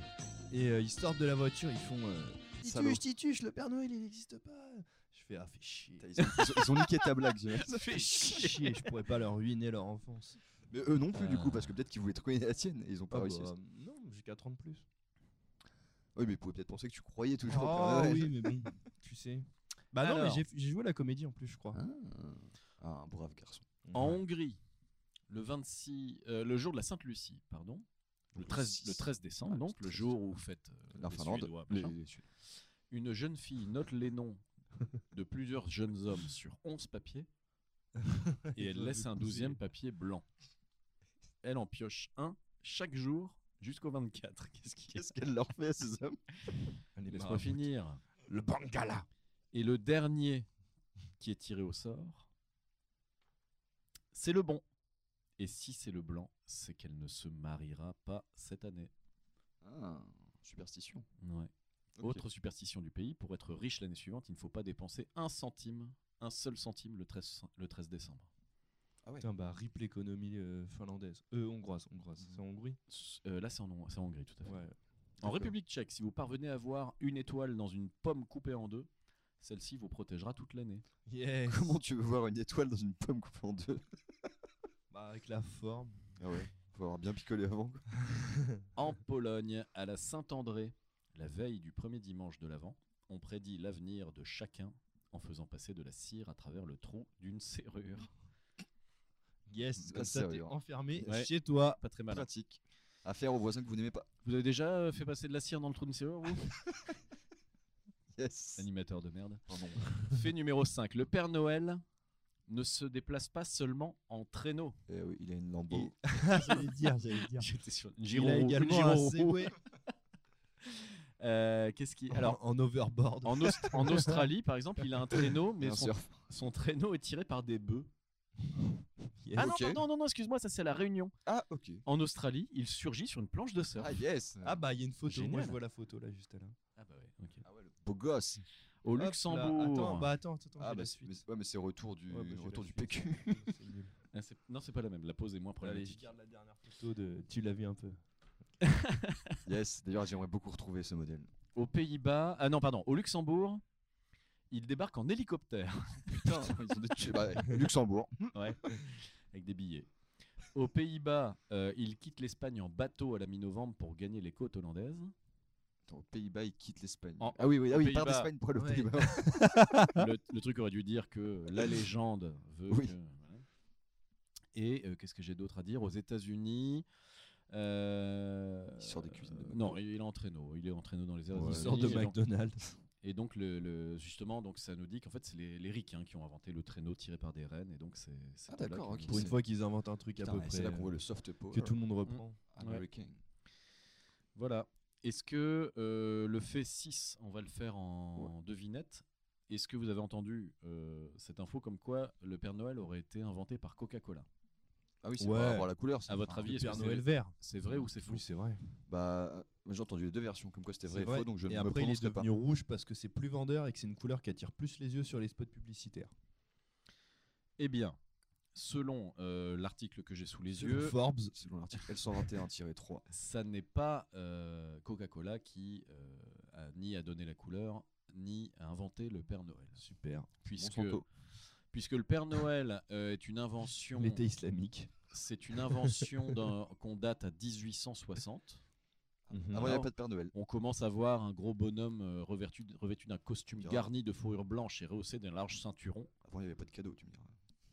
Et euh, ils sortent de la voiture, ils font euh, Salaud. Tituche, tituche, le Père Noël il n'existe pas. Je fais Ah, fais chier. Putain, Ils ont, ils ont- ils ont niqué ta blague. j'imagine. *laughs* Ça fait chier. Chier, je pourrais pas leur ruiner leur enfance. Mais eux non plus, du Euh. coup, parce que peut-être qu'ils voulaient te connaître la tienne et ils ont pas Ah réussi. à bah, ça. non, j'ai 4 ans de plus. Oui, mais ils pouvaient peut-être penser que tu croyais toujours Oh, au Père Ah Noël. oui, mais bon, tu sais. Bah non, mais Alors. j'ai- j'ai joué à la comédie en plus, je crois. Ah. Ah, un brave garçon. En Bah, Hongrie, le 26, euh, le jour de la Sainte Lucie, pardon. Le Le 13, 6. le 13 décembre, Ah, le donc le 13 jour où fête euh, La les Finlande, Suédois, les- machin. les Suédois. une jeune fille note les noms *laughs* de plusieurs jeunes hommes sur 11 papiers et elle doivent laisse un épouser. douzième papier blanc. Elle en pioche un chaque jour jusqu'au 24. Qu'est-ce qu'il y a Qu'est-ce qu'elle leur fait à ces hommes Allez, Laisse-moi bah, finir. Le Bangala. Et le dernier qui est tiré au sort, c'est le bon. Et si c'est le blanc, c'est qu'elle ne se mariera pas cette année. Ah, superstition. Ouais. Ok. Autre superstition du pays, pour être riche l'année suivante, il ne faut pas dépenser un centime, un seul centime le 13, le 13 décembre. Putain, bah, rip l'économie euh, finlandaise. Euh, hongroise, hongroise. C'est en Hongrie S- euh, là, c'est en, Hon- c'est en Hongrie, tout à fait. Ouais. en République tchèque, si vous parvenez à voir une étoile dans une pomme coupée en deux, celle-ci vous protégera toute l'année. Yes. Comment tu veux voir une étoile dans une pomme coupée en deux Bah, avec la forme. Ah ouais, faut avoir bien picolé avant. quoi. En Pologne, à la Saint-André, la veille du premier dimanche de l'Avent, on prédit l'avenir de chacun en faisant passer de la cire à travers le trou d'une serrure. Yes. Ah, Comme ça, t'es sérieux. enfermé Ouais. chez toi. Pas très malin. Pratique. À faire aux voisins que vous n'aimez pas. Vous avez déjà euh, fait passer de la cire dans le trou d'une serrure, vous Yes. *laughs* Animateur de merde. Pardon. Fait numéro 5. Le Père Noël ne se déplace pas seulement en *laughs* traîneau. Eh oui, il a une lambeau. *laughs* j'allais dire, j'allais dire. J'étais sur une Il a Giro- également une un Giro- Segway *laughs* Euh, Qu'est-ce qui. Alors, en, en *laughs* overboard. en, Aust- en Australie, par exemple, il a un traîneau, Et mais un son, surf. *laughs* son traîneau est tiré par des bœufs. Yes. Ah non, Ok. non, non, non, non, excuse-moi, ça c'est à la Réunion. Ah, ok. En Australie, il surgit sur une planche de surf. Ah, yes. Ah bah il y a une photo, moi Génial. je vois la photo là juste là. Ah bah ouais, ok. Ah ouais, le beau gosse. Au Hop là, Luxembourg. Attends, bah attends, attends, Ah, j'ai bah, la c'est- suite. mais, ouais, mais c'est retour du, Ouais, bah, j'ai la retour du suite. *laughs* PQ. *laughs* C'est nul. Ah, c'est- non, c'est pas la même. La pause est moins Allez, je problématique. garde la dernière photo de. Tu l'as vu un peu. yes. D'ailleurs, j'aimerais beaucoup retrouver ce modèle. Aux Pays-Bas. Ah non, pardon, au Luxembourg, il débarque en hélicoptère *laughs* *laughs* Putain, ils ont des tu- bah, Luxembourg. avec des billets. Aux Pays-Bas, euh, il quitte l'Espagne en bateau à la mi-novembre pour gagner les côtes hollandaises. *laughs* Attends, aux Pays-Bas, ils quittent l'Espagne. En- ah oui, oui, ah aux oui, ils partent Pays-Bas. d'Espagne pour aller aux Ouais. Pays-Bas. le, le truc aurait dû dire que la légende veut Oui. que- voilà. Et euh, qu'est-ce que j'ai d'autre à dire Aux États-Unis. euh, Il sort des cuisines de euh, McDo. Non, il est en traîneau. Il est en traîneau dans les airs. Ouais. Il sort de *laughs* McDonald's. Et donc, le, le- justement, donc ça nous dit qu'en fait, c'est les, les Ricains qui ont inventé le traîneau tiré par des rennes. Et donc, c'est. c'est Ah, de là d'accord, que- ok. Pour une C'est- fois qu'ils inventent un truc à Putain, peu et près. c'est là qu'on euh, voit le Mm. soft power. Que tout le monde reprend. American. Voilà. Est-ce que euh, le fait 6, on va le faire en devinette Est-ce que vous avez entendu euh, cette info comme quoi le Père Noël aurait été inventé par Coca-Cola Ah oui, c'est Ouais. pour avoir la couleur. ça. À votre Enfin, avis, Le est-ce que Père c'est- Noël vert. c'est vrai ou c'est faux Oui, c'est vrai. Bah, euh, moi, j'ai entendu les deux versions, comme quoi c'était vrai et C'est vrai. faux, donc je et ne me après, il est prononcerai pas. devenu rouge parce que c'est plus vendeur et que c'est une couleur qui attire plus les yeux sur les spots publicitaires. Eh bien, selon euh, l'article que j'ai sous les Selon yeux, Forbes. *laughs* Selon l'article L121-3. ça n'est pas euh, Coca-Cola qui euh, a- ni a donné la couleur, ni a inventé le Père Noël. Super. Puisque, Monsanto. puisque le Père Noël euh, est une invention, L'été islamique. c'est une invention d'un- qu'on date à 1860. Ah Avant, il n'y Alors- avait pas de Père Noël. On commence à voir un gros bonhomme euh, revêtu, revêtu d'un costume Bien. garni de fourrure blanche et rehaussé d'un large ceinturon. Avant, il n'y avait pas de cadeau, tu me diras.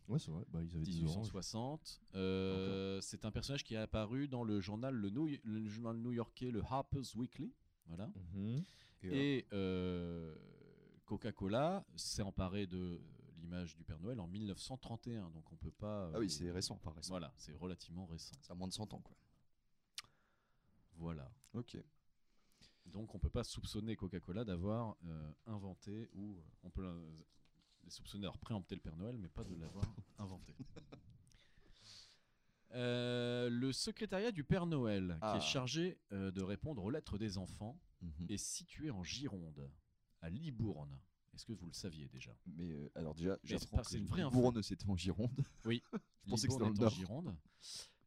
Ouais, c'est vrai. Bah, ils avaient des oranges. 1860. Euh, c'est un personnage qui est apparu dans le journal le, New- le journal new-yorkais le Harper's Weekly. Voilà. Mhm. Et euh, Coca-Cola s'est emparé de l'image du Père Noël en 1931, donc on peut pas. Ah euh, oui, c'est récent, pas récent. Voilà, c'est relativement récent. C'est à moins de 100 ans, quoi. Voilà. Ok. Donc on peut pas soupçonner Coca-Cola d'avoir euh, inventé ou euh, on peut la- les soupçonner d'avoir préempté le Père Noël, mais pas de l'avoir inventé. Euh, le secrétariat du Père Noël, Ah. qui est chargé euh, de répondre aux lettres des enfants, Mhm. est situé en Gironde, à Libourne. Est-ce que vous le saviez déjà Mais euh, alors, déjà, j'apprends pas- que c'est une vraie info. Libourne, c'était en Gironde. *laughs* Oui. Je pensais que c'était Libourne est dans le en Nord. Gironde.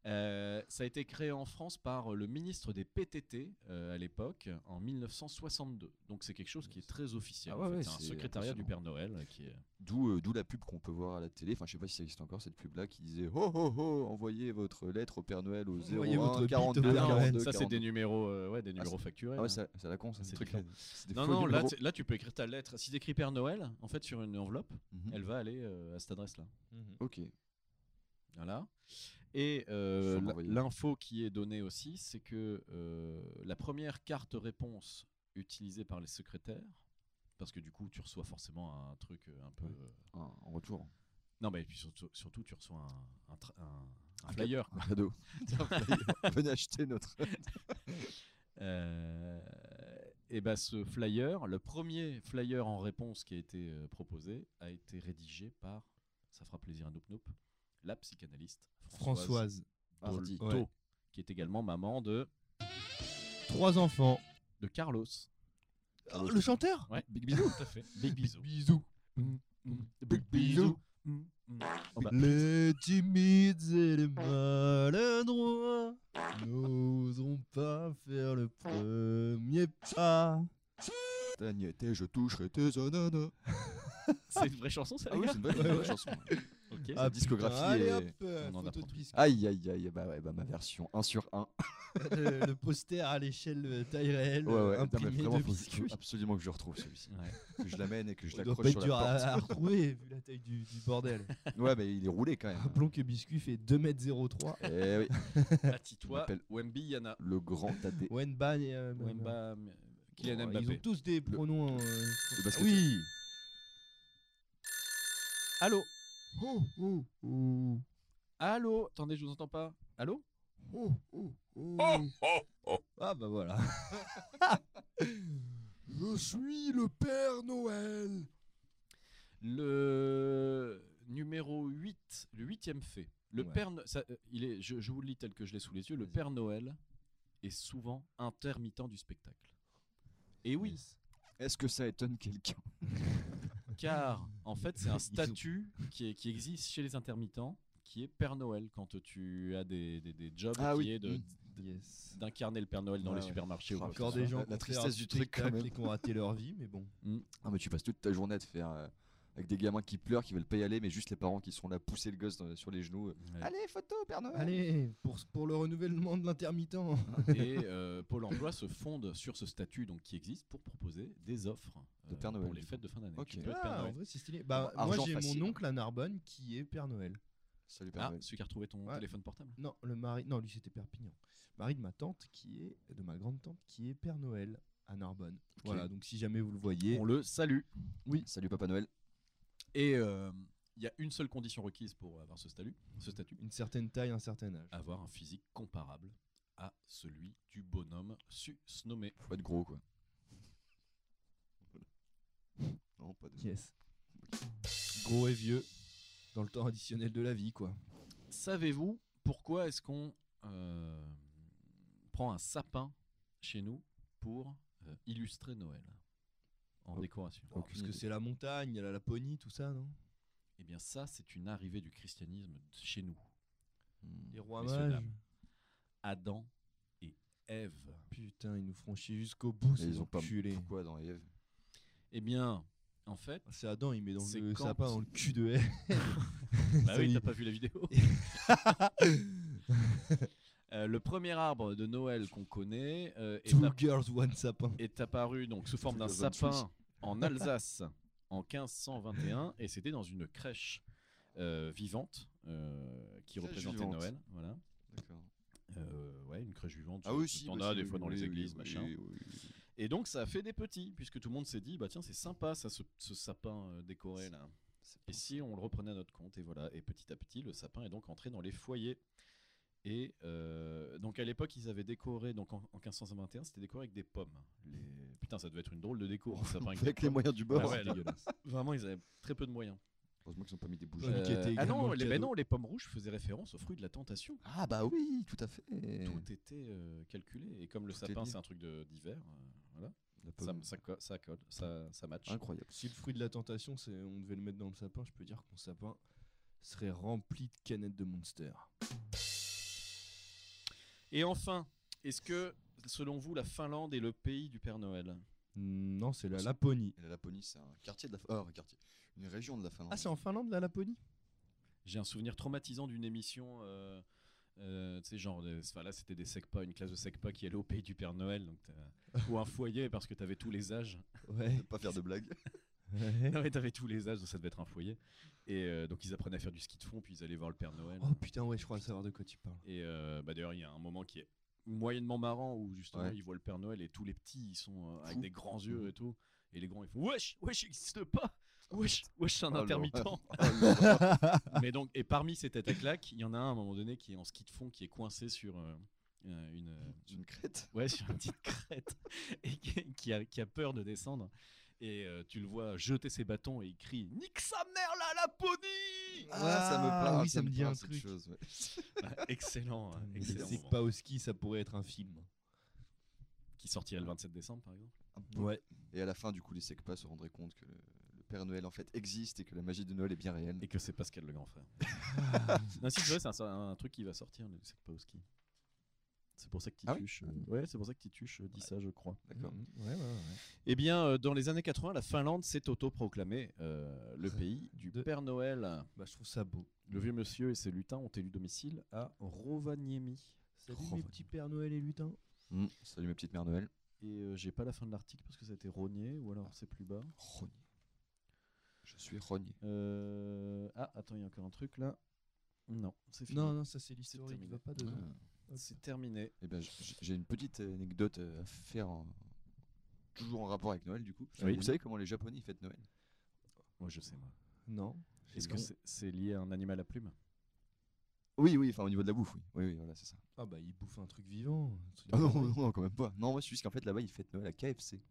Euh, ça a été créé en France par euh, le ministre des PTT euh, à l'époque, en 1962. Donc c'est quelque chose qui est très officiel. Ah en ouais, fait. ouais, c'est un c'est secrétariat du impressionnant. Père Noël euh, qui est. D'où euh, d'où la pub qu'on peut voir à la télé. Enfin, je sais pas si ça existe encore, cette pub-là qui disait Oh oh oh, envoyez votre lettre au Père Noël au Envoyez votre 01 bite au 42 Père Noël. 42. ça c'est des 42. numéros, euh, ouais, des Ah, numéros facturés. Ah là. ouais, c'est à- c'est à la con, ça. C'est ce truc décalé. non, faux non, là, numéros. tu- là tu peux écrire ta lettre. Si t'écris Père Noël, en fait sur une enveloppe, Mhm. elle va aller euh, à cette adresse-là. Ok. Voilà. Et euh, Faut la- l'envoyer. l'info qui est donnée aussi, c'est que euh, la première carte réponse utilisée par les secrétaires, parce que du coup, tu reçois forcément un truc euh, un peu. Ouais. euh, Ah, En retour. Non, mais puis surtout, surtout, tu reçois un, un tra- un- un Un flyer. *laughs* Un cadeau. Un flyer. Venez acheter notre. Euh, et ben ce flyer, le premier flyer en réponse qui a été euh, proposé, a été rédigé par, ça fera plaisir à Noop Noop, la psychanalyste Françoise, Françoise. Hardy. Dolto, Ouais. qui est également maman de, Trois enfants. de Carlos. Oh, le chanteur Ah, Ouais. Big Bisou. Tout à fait. Big bisous. Bisou. Mm. Big bisous. Oh bah. Les timides et les maladroits n'oseront pas faire le premier pas. T'inquiète, je toucherai tes ananas. C'est une vraie chanson, ça, Ah les oui, gars c'est une bonne, une bonne chanson. Ok. Ah, discographie putain, allez, est- hop, euh, on en photo de apprend. biscuit. Aïe, aïe, aïe, bah ouais, bah ma version 1 sur 1. le, le poster à l'échelle euh, taille réelle, Ouais, ouais, euh, non, mais imprimé vraiment, de faut, biscuit. *laughs* faut absolument que je retrouve celui-ci. Ouais. Que je l'amène et que je Il doit l'accroche pas sur être dur à, la à retrouver *laughs* vu la taille du, du *laughs* bordel. *laughs* porte. Ouais, mais il est roulé quand même. Rappelons que Biscuit fait 2m03. Eh oui, Patitois, m'appelle- Wemby, Yana. le grand AD. Wenban et. euh, Wemba, euh, Kylian Oh, Ils ont Mbappé. tous des pronoms. euh, Le basket. oui Allô Oh, oh, oh. Allô Attendez, je vous entends pas. Allô Oh, oh, oh. Ah bah voilà. Je suis le Père Noël. Le numéro 8 huit- le huitième fait. Le Ouais. père, No- ça, euh, il est, je, je vous le lis tel que je l'ai sous les yeux. Le Vas-y. Père Noël est souvent intermittent du spectacle. Et oui, Est-ce que ça étonne quelqu'un car en fait, c'est Ils un *laughs* ont- statut qui, est- qui existe chez les intermittents, qui est Père Noël quand tu as des, des- des jobs Ah qui oui. est de- Mm. Yes. d'incarner le Père Noël dans Ouais, les ouais. supermarchés. ou Ah, quoi que Encore ce des soit. gens la- qui la ont fait tristesse un du truc, quand spectacle même. et qui ont raté leur vie, mais bon. Ah mais tu passes toute ta journée à te faire euh, avec des gamins qui pleurent, qui veulent pas y aller, mais juste les parents qui sont là pousser le gosse dans- sur les genoux. euh, Ouais. Allez, photo, Père Ah. Noël. Allez, pour, pour le renouvellement de l'intermittent. Et euh, Pôle emploi se fonde sur ce statut donc, qui existe pour proposer des offres De euh, Père Noël, pour les du fêtes de fin d'année. Ok. Tu peux être Père Ah, en Noël. vrai, c'est stylé. Bah, Argent moi, j'ai facile. mon oncle à Narbonne qui est Père Noël. Salut Père Ah, Noël. celui qui a retrouvé ton Ouais. téléphone portable Non, le mari. Non, lui, c'était Perpignan. Mari de ma tante qui est. De ma grande tante qui est Père Noël à Narbonne. Voilà, donc si jamais vous le voyez. On le salue. Oui. Salut Papa Noël. Et euh, il y a une seule condition requise pour avoir ce statut, ce statut Une certaine taille, un certain âge. avoir un physique comparable à celui du bonhomme susnommé. Faut être gros quoi. *laughs* Non, pas de. Yes. Gros et vieux. Dans le temps additionnel de la vie, quoi. Savez-vous pourquoi est-ce qu'on euh, prend un sapin chez nous pour euh, illustrer Noël en Oh. décoration Alors, Aucune parce que idée. c'est la montagne, il y a la Laponie, tout ça, non Eh bien ça, c'est une arrivée du christianisme chez nous. Hmm. Les rois Messieurs, mages. dames. Adam et Ève. Putain, ils nous font chier jusqu'au bout, Et ces ils ont pas enculés. pourquoi dans Eve Eh bien, en fait, C'est Adam, il met dans C'est le quand sapin, dans le cul de haie. *laughs* Bah Ça oui, y- t'as pas vu la vidéo. *laughs* Euh, le premier arbre de Noël qu'on connaît euh, est, Two app- girls, one sapin. est apparu donc sous forme d'un Two girls, one sapin en Alsace *laughs* en 1521 et c'était dans une crèche euh, vivante euh, qui Crèche représentait vivante. Noël. Voilà. D'accord. Euh, ouais, une crèche vivante. Ah euh, oui, si. T'en bah, as si, des oui, fois dans oui, les oui, églises, oui, machin. oui, oui, oui. Et donc ça a fait des petits puisque tout le monde s'est dit bah tiens c'est sympa ça ce, ce sapin euh, décoré là. C'est Et si on le reprenait à notre compte, et voilà. Et petit à petit, le sapin est donc entré dans les foyers. Et euh, donc à l'époque, ils avaient décoré, donc en, en 1521, c'était décoré avec des pommes. Les- Putain, ça devait être une drôle de déco, un sapin avec des Avec les pommes. moyens du bord. Ah ouais, là. Vraiment, ils avaient très peu de moyens. Heureusement qu'ils ont pas mis des Ouais, bougies. Euh, qui était ah également non le les, mais cadeau. non, les pommes rouges faisaient référence au fruit de la tentation. Ah bah oui, tout à fait. Tout était euh, calculé. Et comme le Tout est sapin, lié. c'est un truc de- d'hiver, euh, voilà. La Ça, pomme. ça, co- ça colle, ça, ça match. Incroyable. Si le fruit de la tentation, c'est on devait le mettre dans le sapin, je peux dire que mon sapin serait rempli de canettes de Monster. Et enfin, est-ce que, selon vous, la Finlande est le pays du Père Noël Non, c'est la Laponie. Et la Laponie, c'est un quartier de la Finlande. un quartier. Une région de la Finlande. Ah, c'est en Finlande, la Laponie J'ai un souvenir traumatisant d'une émission. Euh, euh, tu sais, genre, euh, enfin, là, c'était des secpas, une classe de secpas qui allait au pays du Père Noël, donc t'as- ou un foyer parce que t'avais tous les âges. *laughs* Ouais. Ne pas faire de blagues. *laughs* Non, mais t'avais tous les âges, donc ça devait être un foyer. Et euh, donc, ils apprenaient à faire du ski de fond, puis ils allaient voir le Père Noël. *laughs* Oh putain, ouais, je crois savoir de quoi tu parles. Et euh, bah, d'ailleurs, il y a un moment qui est moyennement marrant où justement Ouais. ils voient le Père Noël et tous les petits ils sont euh, avec Fou. Mmh. des grands yeux et tout. Et les grands ils font Wesh, wesh, n'existe pas Wesh, wesh, c'est un Oh, l'horreur. intermittent *laughs* Oh, l'horreur. Mais donc, et parmi ces têtes à claques, il y en a un à un moment donné qui est en ski de fond, qui est coincé sur euh, euh, une, euh, C'est une crête. ouais, sur une petite *laughs* crête et qui, qui a, qui a peur de descendre. Et euh, tu le vois jeter ses bâtons et il crie Nique sa mère la *laughs* Laponie Ah, oui, ça me dit parle, un cette truc. chose, ouais. Ah, Excellent, hein, Mais excellent. C'est moment. pas au ski, ça pourrait être un film. Qui sortirait le 27 décembre par exemple Ouais. Et à la fin, du coup, les secpas se rendraient compte que le, le Père Noël en fait existe et que la magie de Noël est bien réelle. Et que c'est Pascal le grand frère. *laughs* non, si tu veux, c'est un, un truc qui va sortir, le c'est pas au ski. C'est pour ça que Ah oui Tituche. euh, ouais, c'est pour ça que Tituche euh, dit ça, je crois. D'accord. Mmh, ouais, ouais, ouais. Eh bien, euh, dans les années 80, la Finlande s'est autoproclamée euh, le pays du De- Père Noël. Bah, je trouve ça beau. Le vieux monsieur et ses lutins ont élu domicile à Rovaniemi. Salut Oh, mes bah. petits Père Noël et lutins. Mm. Salut mes petites mères Noël. Et euh, j'ai pas la fin de l'article parce que ça a été rogné, ou alors c'est plus bas. Rogné. Je suis rogné. Euh, Ah, attends, il y a encore un truc là. Non, c'est fini. Non, non, ça c'est l'historique, terminé. va pas dedans. Hop. C'est terminé. Eh bien, j- j'ai une petite anecdote euh, à faire, en- toujours en rapport avec Noël, du coup. Oui. Vous savez comment les Japonais ils fêtent Noël Moi, je sais, moi. Non. Est-ce que c'est c'est lié à un animal à plume Oui, oui, enfin au niveau de la bouffe, oui. Oui, oui, voilà, c'est ça. Ah bah il bouffe un truc vivant. un truc Ah *laughs* non, pareil. non, non, quand même pas. Non, moi, c'est juste qu'en fait, là-bas, ils fêtent Noël à KFC.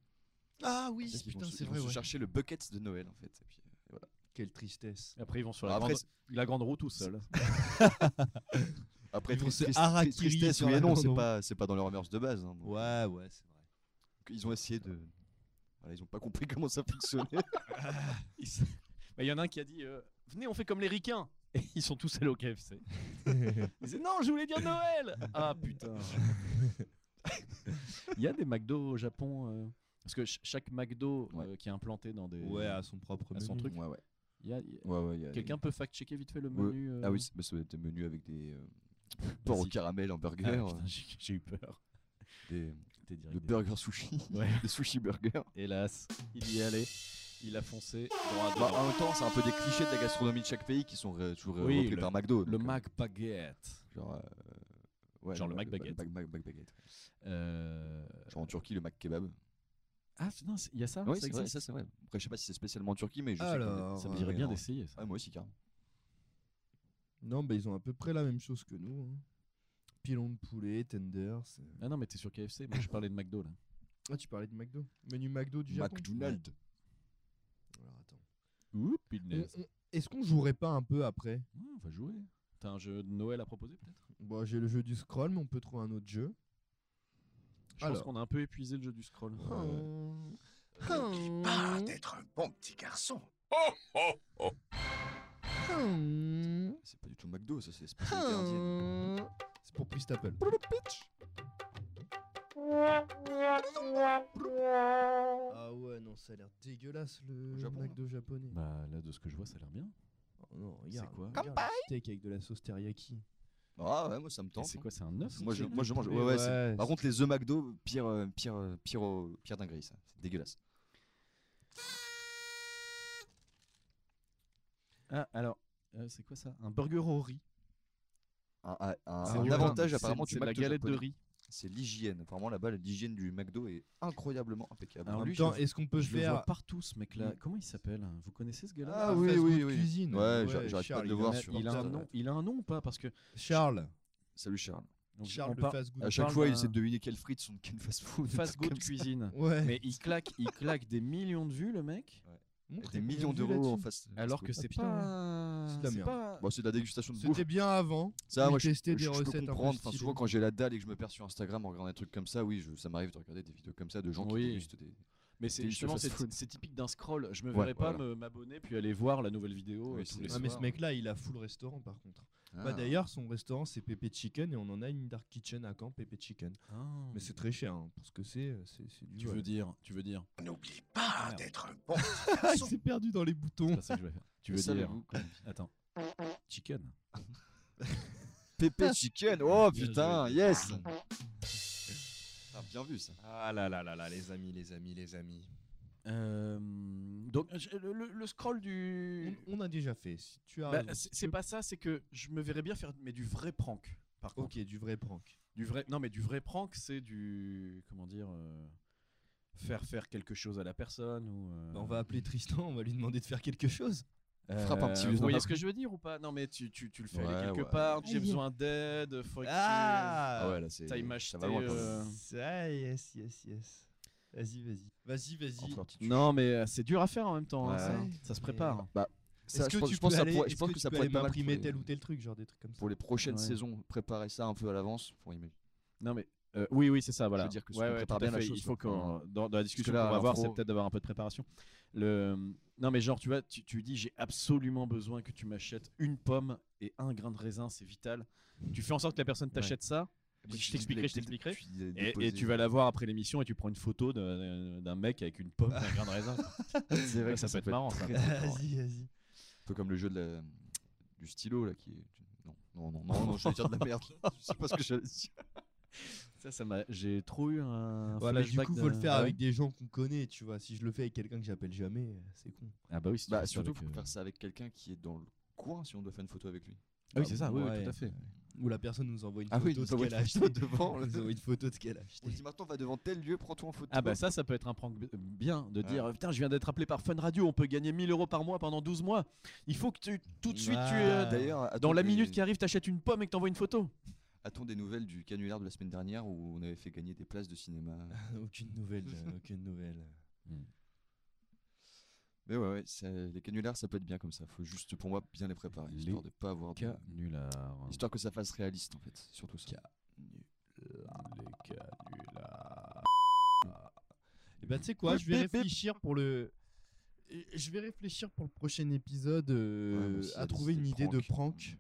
Ah oui, Ils vont putain, se- c'est ils vont vrai. se ouais. chercher le bucket de Noël, en fait. Et puis, euh, quelle tristesse. Après, ils vont sur la, Après, grande, la grande roue tout *laughs* *laughs* seuls. Après, Ils vont triste- se triste- harakiri tristesse, sur oui la et ah non, grande c'est roue. pas, c'est pas dans leur mœurs de base. hein, donc. Ouais, ouais, c'est vrai. Ils ont essayé de. Voilà, ils ont pas compris *laughs* comment ça fonctionnait. Il s- Bah, il y en a un qui a dit euh, Venez, on fait comme les ricains. Et ils sont tous allés au *laughs* KFC. Ils disaient Non, je voulais dire Noël Ah putain *laughs* Il y a des McDo au Japon. euh, parce que ch- chaque McDo euh, qui est implanté dans des. Ouais, à son propre à son menu. truc. ouais, ouais. il y a- il y a- ouais, ouais, il y a- Quelqu'un peut fact-checker vite fait le Ouais. menu euh, Ah oui, c'est- bah, ça doit être des menus avec des. euh, porc au Vas-y. caramel euh, en Ah, burger, putain, j'ai j'ai eu peur. des, T'es direct le des- burger sushi, Ouais. *laughs* des sushi burgers. Hélas, il y est allé. Il a foncé droit Bah, dedans. en même temps, c'est un peu des clichés de la gastronomie de chaque pays qui sont ré- toujours euh, Oui, repris le- par McDo. Le donc, euh, Mac Baguette. Genre, euh, ouais, Genre le Mac Mac- Baguette. Mac- Mac- Mac Baguette. Euh, Genre en Turquie, le Mac Kebab. Ah, c'est- non, c'est- il y a ça Oui, ça c'est vrai, existe ça c'est vrai. Après, je sais pas si c'est spécialement en Turquie, mais je sais que. Alors, euh, Ça me Ouais, dirait ouais, bien non. d'essayer ça. Ah, moi aussi, carrément. Non, bah, ils ont à peu près la même chose que nous. hein. Pilon de poulet, tenders. euh. Ah non, mais t'es sur KFC. Moi, je parlais de McDo là. Ah, tu parlais de McDo Menu McDo du Japon McDonald's. Ouais. Alors, attends. Oups, On- on- Est-ce qu'on jouerait pas un peu après euh. Ah, on va jouer. T'as un jeu de Noël à proposer peut-être Bon, j'ai le jeu du scroll, mais on peut trouver un autre jeu. Je pense Alors. qu'on a un peu épuisé le jeu du scroll. Euh, Ah, Parle d'être un Hmm. bon C'est pas du tout McDo, ça c'est la petit spécialité indienne. garçon. C'est pour Priest Apple. Ah ouais, non, ça a l'air dégueulasse le Au Japon, McDo japonais. Bah là, de ce que je vois, ça a l'air bien. Oh non, regarde, quoi regarde le steak avec de la sauce teriyaki. Ah ouais, moi ça me Et tente. C'est hein. quoi C'est un œuf Moi je, c'est- moi je mange. Et Ouais, ouais, c'est- ouais, Par contre, les œufs McDo, pire, euh, pire, euh, pire, au- pire dinguerie, ça. C'est dégueulasse. Ah, alors, euh, c'est quoi ça Un burger au riz. Un, un- un- C'est Ah, un au avantage Japon. apparemment C'est- du C'est de la McDo galette de japonais, riz. C'est l'hygiène. Apparemment là-bas, l'hygiène du McDo est incroyablement impeccable. Alors, en lui, même temps, je- est-ce qu'on peut je le Mm. vois faire partout ce mec-là. Comment il s'appelle Vous connaissez ce gars-là Bah, Ah, oui, oui, oui. cuisine. Ouais, Ouais, j'a- j'arrête pas Charles, de il le en voir a- sur. il a, un Internet. nom, il a un nom ou pas Parce que Charles Salut Charles. donc, Charles on le par- fast food. À chaque parle fois, il d'un- essaie de deviner quelle frites sont de quelle fast food. fast des good trucs *laughs* comme ça. cuisine. Ouais. Mais il claque, il claque des millions de vues le mec, Montre Des combien millions de vues d'euros en là-dessus. fast fast alors que food. c'est putain, pas. c'est de la c'est merde. pas- Bon, c'est de la dégustation de bouffe. Ah, C'était bien avant. Ça, j'ai moi, je, testé je- des je peux hein, recettes un peu comprendre. Enfin, souvent, stylées. quand j'ai la dalle et que je me perds sur Instagram en regardant des trucs comme ça, oui, je- ça m'arrive de regarder des vidéos comme ça de gens Oui. qui dégustent des. Mais c'est Des justement fast c'est food. c'est typique d'un scroll. Je me Ouais, verrais pas voilà. me- m'abonner puis aller voir la nouvelle vidéo Oui, euh, c'est- tous les Ah, Ah, soirs. mais ce mec-là, il a full restaurant par contre. Bah, Ah. D'ailleurs, son restaurant, c'est Pepe Chicken et on en a une Dark Kitchen à Caen, Pepe Chicken. Ah. Mais c'est très cher hein, pour ce que c'est. euh, c'est- c'est du tu vol. veux dire, tu veux dire. Ah, il s'est perdu dans les c'est boutons. pas ça que je vais faire. Tu Mais veux ça, le dire. goût, quoi. Attends. Chicken. *laughs* Pépé Chicken, oh Bien putain, joué. yes Ah, bien vu ça. Ah là là là là, les amis, les amis, les amis. Euh, donc je- le, le- le scroll On, du. on a déjà fait. Si tu as. Bah, raison. c'est c'est pas ça. C'est que je me verrais bien faire mais du vrai prank. Par contre. Ok, du vrai prank. Du vrai, non mais du vrai prank, c'est du comment dire, euh, faire faire quelque chose à la personne ou. euh, Ah. Bah, on va appeler Tristan, on va lui demander de faire quelque chose. euh, Frappe un petit Vous vieux dans la voyez ce rue. que je veux dire ou pas Non mais tu, tu, tu le fais aller Ouais, quelque ouais. part. J'ai Aïe. besoin d'aide. Faut que tu- Ah ouais, là c'est. Time ça acheté. va loin quand même. euh, Ah, yes, yes, yes. Vas-y, vas-y. Vas-y, En vas-y. flirtitude. Non mais euh, c'est dur à faire en même temps. hein, Ouais. ça. ça, se prépare. Bah, Ça, Est-ce je que pense- tu je peux pense que ça aller- pourrait- est-ce je pense que que tu ça peux pourrait aller être pas mal m'imprimer pour les- tel ou tel truc, genre des trucs comme ça. Pour les prochaines Ouais. saisons, préparer ça un peu à l'avance. Pour y mettre- Non mais euh, oui oui c'est ça voilà. veux dire que si Ouais, on ouais, prépare tout à bien la fait, chose, Il faut quoi. qu'on dans, dans la discussion là, qu'on va alors, avoir, faut- c'est peut-être d'avoir un peu de préparation. Le non mais genre tu vois, tu, tu dis j'ai absolument besoin que tu m'achètes une pomme et un grain de raisin, c'est vital. Tu fais en sorte que la personne t'achète ça. Après, Je tu t'expliquerai, dis- je t'expliquerai. tu dis- Et, déposer. et tu vas la voir après l'émission et tu prends une photo de- d'un mec avec une pomme, et un grain de *laughs* raisin. C'est vrai Ouais, que ça, peut être marrant, très, ça. très marrant. *laughs* Vas-y, vas-y. Un peu comme le jeu de la- du stylo là qui est. Non, non, non, non, non, je vais dire de la merde. je sais pas ce que j'allais dire. Ça, ça m'a. J'ai trop eu un. Ouais, mais du flashback coup, de- faut le faire Ah avec ouais des gens qu'on connaît, tu vois. Si je le fais avec quelqu'un que j'appelle jamais, euh, c'est con. Ah bah oui, si tu Bah, fais ça surtout, avec, faut euh, faire ça avec quelqu'un qui est dans le coin si on doit faire une photo avec lui. Ah oui, c'est ça, oui, oui, Ouais. tout à fait. Ou la personne nous envoie une Ah photo oui, de nous ce envoie qu'elle a une acheté. photo devant, Elle *laughs* nous envoie une photo de ce qu'elle a On acheté. *laughs* dit maintenant, va devant tel lieu, prends-toi en photo. Ah bah ça, ça peut être un prank b- bien de Ouais. dire putain, je viens d'être appelé par Fun Radio, on peut gagner 1000 euros par mois pendant 12 mois. Il faut que tu tout de suite tu es Ah, euh, D'ailleurs, a-t-on dans la des- minute qui arrive, t'achètes une pomme et que t'envoies une photo. A-t-on des nouvelles du canular de la semaine dernière où on avait fait gagner des places de cinéma *laughs* aucune nouvelle, euh, aucune nouvelle. Mais ouais, ouais, ça- les canulars, ça peut être bien comme ça. Faut juste, pour moi, bien les préparer, Les histoire de pas avoir de- Canular. histoire que ça fasse réaliste en fait, surtout ça. Les canulars. Et ben tu sais quoi, je vais réfléchir pour le. Je vais réfléchir pour le prochain épisode euh, Ouais, moi aussi, à la trouver liste une des idée de pranks. prank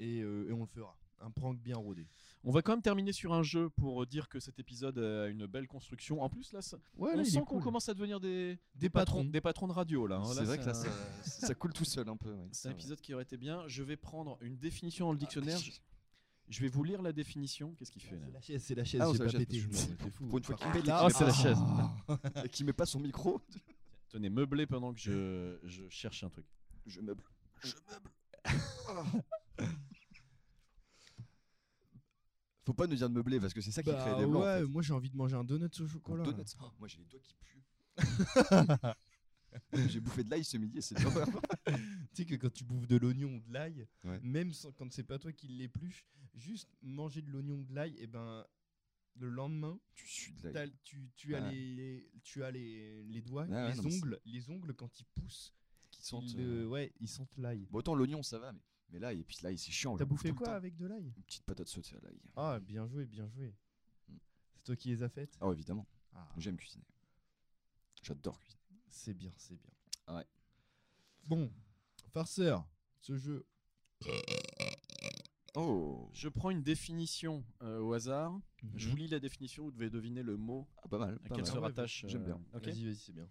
et, euh, et on le fera. Un prank bien rodé. On va quand même terminer sur un jeu pour dire que cet épisode a une belle construction. En plus, là, ça- Ouais, on sent qu'on commence à devenir des, des patrons. patrons. des patrons de radio. Là, hein. c'est Là, vrai que là, un- ça, ça coule tout seul un peu. ouais, c'est un vrai. épisode qui aurait été bien. Je vais prendre une définition dans le dictionnaire. Je, je vais vous lire la définition. Qu'est-ce qu'il fait là C'est la chaise, c'est la chaise, Ah, non, j'ai c'est pas la chaise, pété. je me- Non, mais t'es fou. bah, Pour une fois Par qu'il contre, là- pète, et Ah, qu'il met c'est la pas- chaise. *laughs* et qu'il met pas son micro, Tenez, meublé pendant que *laughs* je, je cherche un truc. je meuble. Je meuble. Ah. Faut pas nous dire de meubler parce que c'est ça qui crée des Bah blancs. en ouais, fait. moi j'ai envie de manger un donut au Ou chocolat. là. donuts. Oh, moi j'ai les doigts qui puent. *laughs* j'ai bouffé de l'ail ce midi et c'est bien. Tu sais que quand tu bouffes de l'oignon ou de l'ail, Ouais. même sans- quand c'est pas toi qui l'épluche, juste manger de l'oignon ou de l'ail, et ben le lendemain, tu suis de l'ail. t'as- tu, tu as, Ouais. les, tu as les, les doigts, Ouais, ouais, les non, mais c'est- ongles, les ongles quand ils poussent, Qui sentent, ils, euh, euh, ouais, ils sentent l'ail. Bon, Bah, autant l'oignon ça va, mais, mais l'ail, et puis l'ail c'est chiant. on T'as le bouffe bouffé tout le quoi temps. avec de l'ail Une petite patate euh, sautée à l'ail. Ah, bien joué, bien joué. Mm. C'est toi qui les as faites Oh, évidemment, Ah, j'aime cuisiner. J'adore cuisiner. c'est bien, c'est bien. Ah Ouais. Bon, farceur, ce jeu. Oh, Je prends une définition euh, au hasard. Mm-hmm. Je vous lis la définition. Vous devez deviner le mot ah, pas mal. Mhm. à pas quel mal. se rattache. J'aime euh, bien. ok Vas-y, vas-y, c'est bien.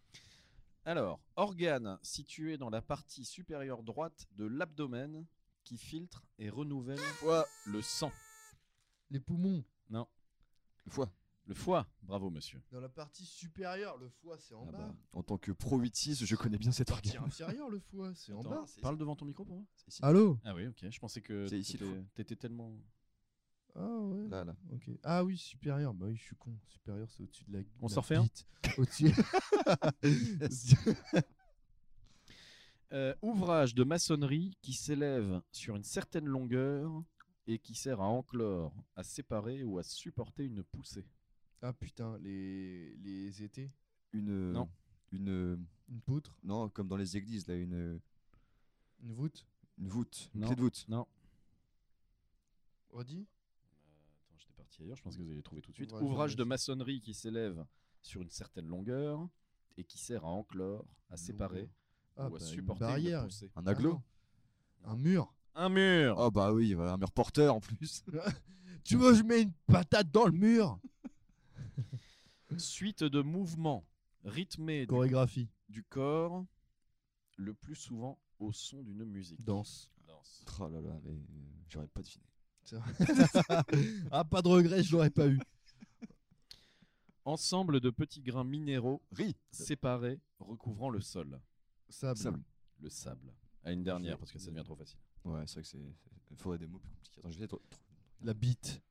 Alors, organe situé dans la partie supérieure droite de l'abdomen qui filtre et renouvelle Foie, le sang. Les poumons. le foie. Le foie, bravo monsieur. Dans la partie supérieure, le foie, c'est en Ah bas. bah, en tant que pro 8 je connais bien cet Partie organe. inférieure, le foie, c'est en Attends, bas. parle devant ton micro pour moi. C'est ici. Allô Ah oui, ok. Je pensais que C'est ici, le t'étais- t'étais tellement. Ah ouais. Là, là. Ok. Ah oui, supérieur. Bah oui, je suis con. Supérieur, c'est au-dessus de la. On la s'en refait un bite. *laughs* Au-dessus. *laughs* Euh, ouvrage de maçonnerie qui s'élève sur une certaine longueur et qui sert à enclore, à séparer ou à supporter une poussée. ah putain, les les étés. Une. euh, Non. Une. euh, Une poutre, Non, comme dans les églises, là, une, euh, une voûte. une voûte, une Non. clé de voûte. Non. Redis. Attends, j'étais parti ailleurs. Je pense que vous allez trouver tout de suite. Ouvrage de Ouvrage de maçon- maçonnerie qui s'élève sur une certaine longueur et qui sert à enclore, à séparer Ah, ou à bah, une supporter une, barrière. poussée. Un Ah aglo non. un mur. Un mur. Oh bah oui, voilà, un mur porteur en plus. Tu veux, je mets une patate dans le mur. Ah. Suite de mouvements rythmés du, Chorégraphie. du corps, le plus souvent au son d'une musique. Danse. Danse. *laughs* Oh là là, mais euh, j'aurais pas deviné. *laughs* ah, pas de regret, je l'aurais pas eu. Ensemble de petits grains minéraux Riz séparés recouvrant le sol, Sable. Sable. le sable. À une dernière parce que ça euh, devient trop facile. Ouais, c'est vrai que c'est. Il faudrait des mots plus compliqués. Attends, je vais essayer de tr- tr- La bite.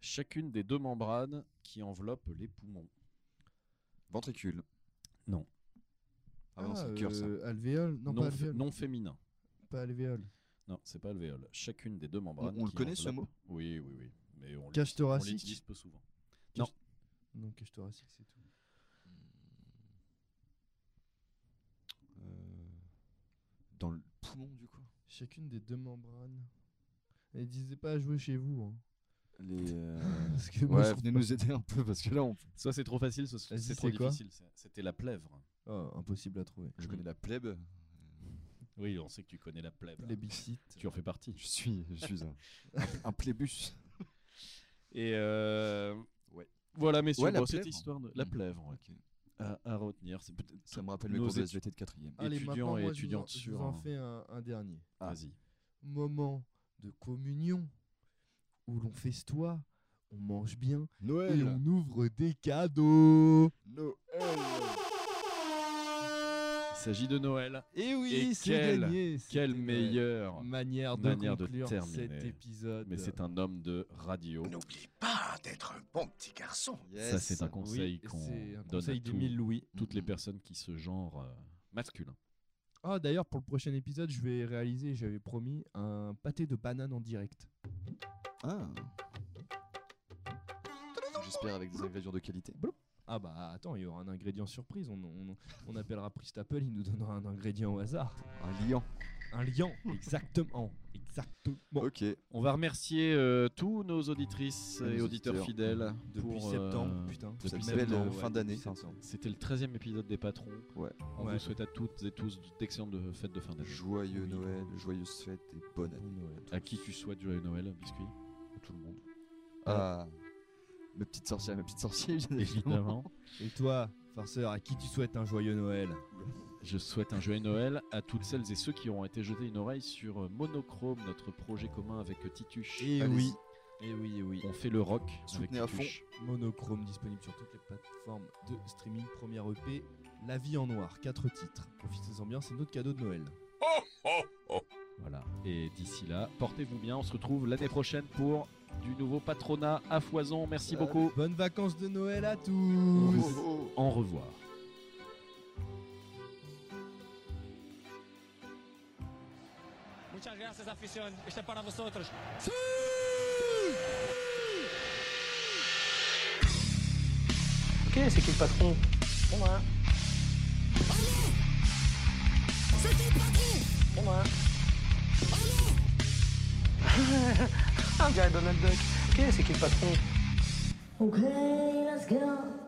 Chacune des deux membranes qui enveloppent les poumons. Ventricule. Non. Ah, bah non, c'est le cœur ça. euh, Alvéole. Non, non, pas fé- alvéole. non féminin. Pas alvéole. Non, c'est pas alvéole. Chacune des deux membranes. on le qui connaît, ce enveloppent- Oui, oui, oui. Mais on l'utilise- Cache on thoracique. l'utilise peu souvent. Non, cache thoracique, c'est tout. Euh, Dans le poumon du coup. Chacune des deux membranes. Et disait pas à jouer chez vous. hein. Les. *laughs* euh, Parce que moi, je Ouais, trouve venez pas- nous aider un peu parce que là on. Soit c'est trop facile, soit c'est Vas-y, c'est trop c'est quoi difficile. C'est- C'était la plèvre. Oh, impossible à trouver. Je Mhm. connais la plèbe. Oui, on sait que tu connais la plèvre. Les bicites. Tu en fais partie. Je suis, je suis un, *laughs* un plébus. Et euh, Ouais. voilà, messieurs, Ouais, la bon, cette plèvre. histoire de la Mm. plèvre ouais, Ok. à, à retenir. C'est peut-être Ça me rappelle mes Nos cours de étu- SVT de quatrième. Allez, étudiants maintenant, et moi, je vous en- étudiantes hein. Je sur vous en un- fais un, un dernier. Ah. Vas-y. Moment de communion où l'on festoie, on mange bien et Noël. on ouvre des cadeaux. Noël. Il s'agit de Noël. Et Et oui, c'est quelle- gagné. Quelle C'était ma- meilleure manière de manière de conclure terminer. cet épisode. Mais c'est un homme de radio. N'oublie pas d'être un bon petit garçon. Ça, c'est un conseil Mm. Oui, qu'on c'est un donne conseil à de tout- mille louis. toutes les Mhm. personnes qui se genre euh, masculin. Ah d'ailleurs pour le prochain épisode je vais réaliser j'avais promis un pâté de banane en direct. Ah. J'espère avec des ingrédients de qualité. Ah bah attends, il y aura un ingrédient surprise. On, on, on appellera Pristaple, il nous donnera un ingrédient au hasard. Un liant. Un liant, exactement. Exactement. Ok. On va remercier euh, tous nos auditrices Et et nos auditeurs auditeurs. fidèles Mm. Depuis pour, euh, septembre, putain. depuis Cette belle septembre, euh, ouais. fin d'année. C'était le 13e épisode des patrons. Ouais. On Ouais. vous souhaite à toutes et tous d'excellentes euh, fêtes de fin d'année. Joyeux Oui. Noël, joyeuses fêtes et bonne année À qui tu souhaites joyeux Noël, biscuit à tout le monde. Ah, mes petites sorcières, mes petites sorcières. *laughs* bien évidemment. *laughs* Évidemment. Et toi, farceur, à qui tu souhaites un joyeux Noël Je souhaite un joyeux Noël à toutes celles et ceux qui auront été jetés une oreille sur euh, Monochrome, notre projet commun avec euh, Tituche. Et Allez-y. oui, et oui, et oui. On fait le rock Eh Soutenez à avec Tituche. Monochrome disponible sur toutes les plateformes de streaming. Première EP, La vie en noir, 4 titres. Profitez-en bien, c'est notre cadeau de Noël. Voilà. Et d'ici là, portez-vous bien. On se retrouve l'année prochaine pour du nouveau patronat à foison. Merci beaucoup. Bonnes vacances de Noël à tous Oh, oh, oh. Au revoir. Muchas gracias, afición. Este es para vosotros. Ok, c'est qui le patron C'est moi. C'est moi. Ah, on dirait Donald Duck. Ok, c'est qui le patron Okay, let's go.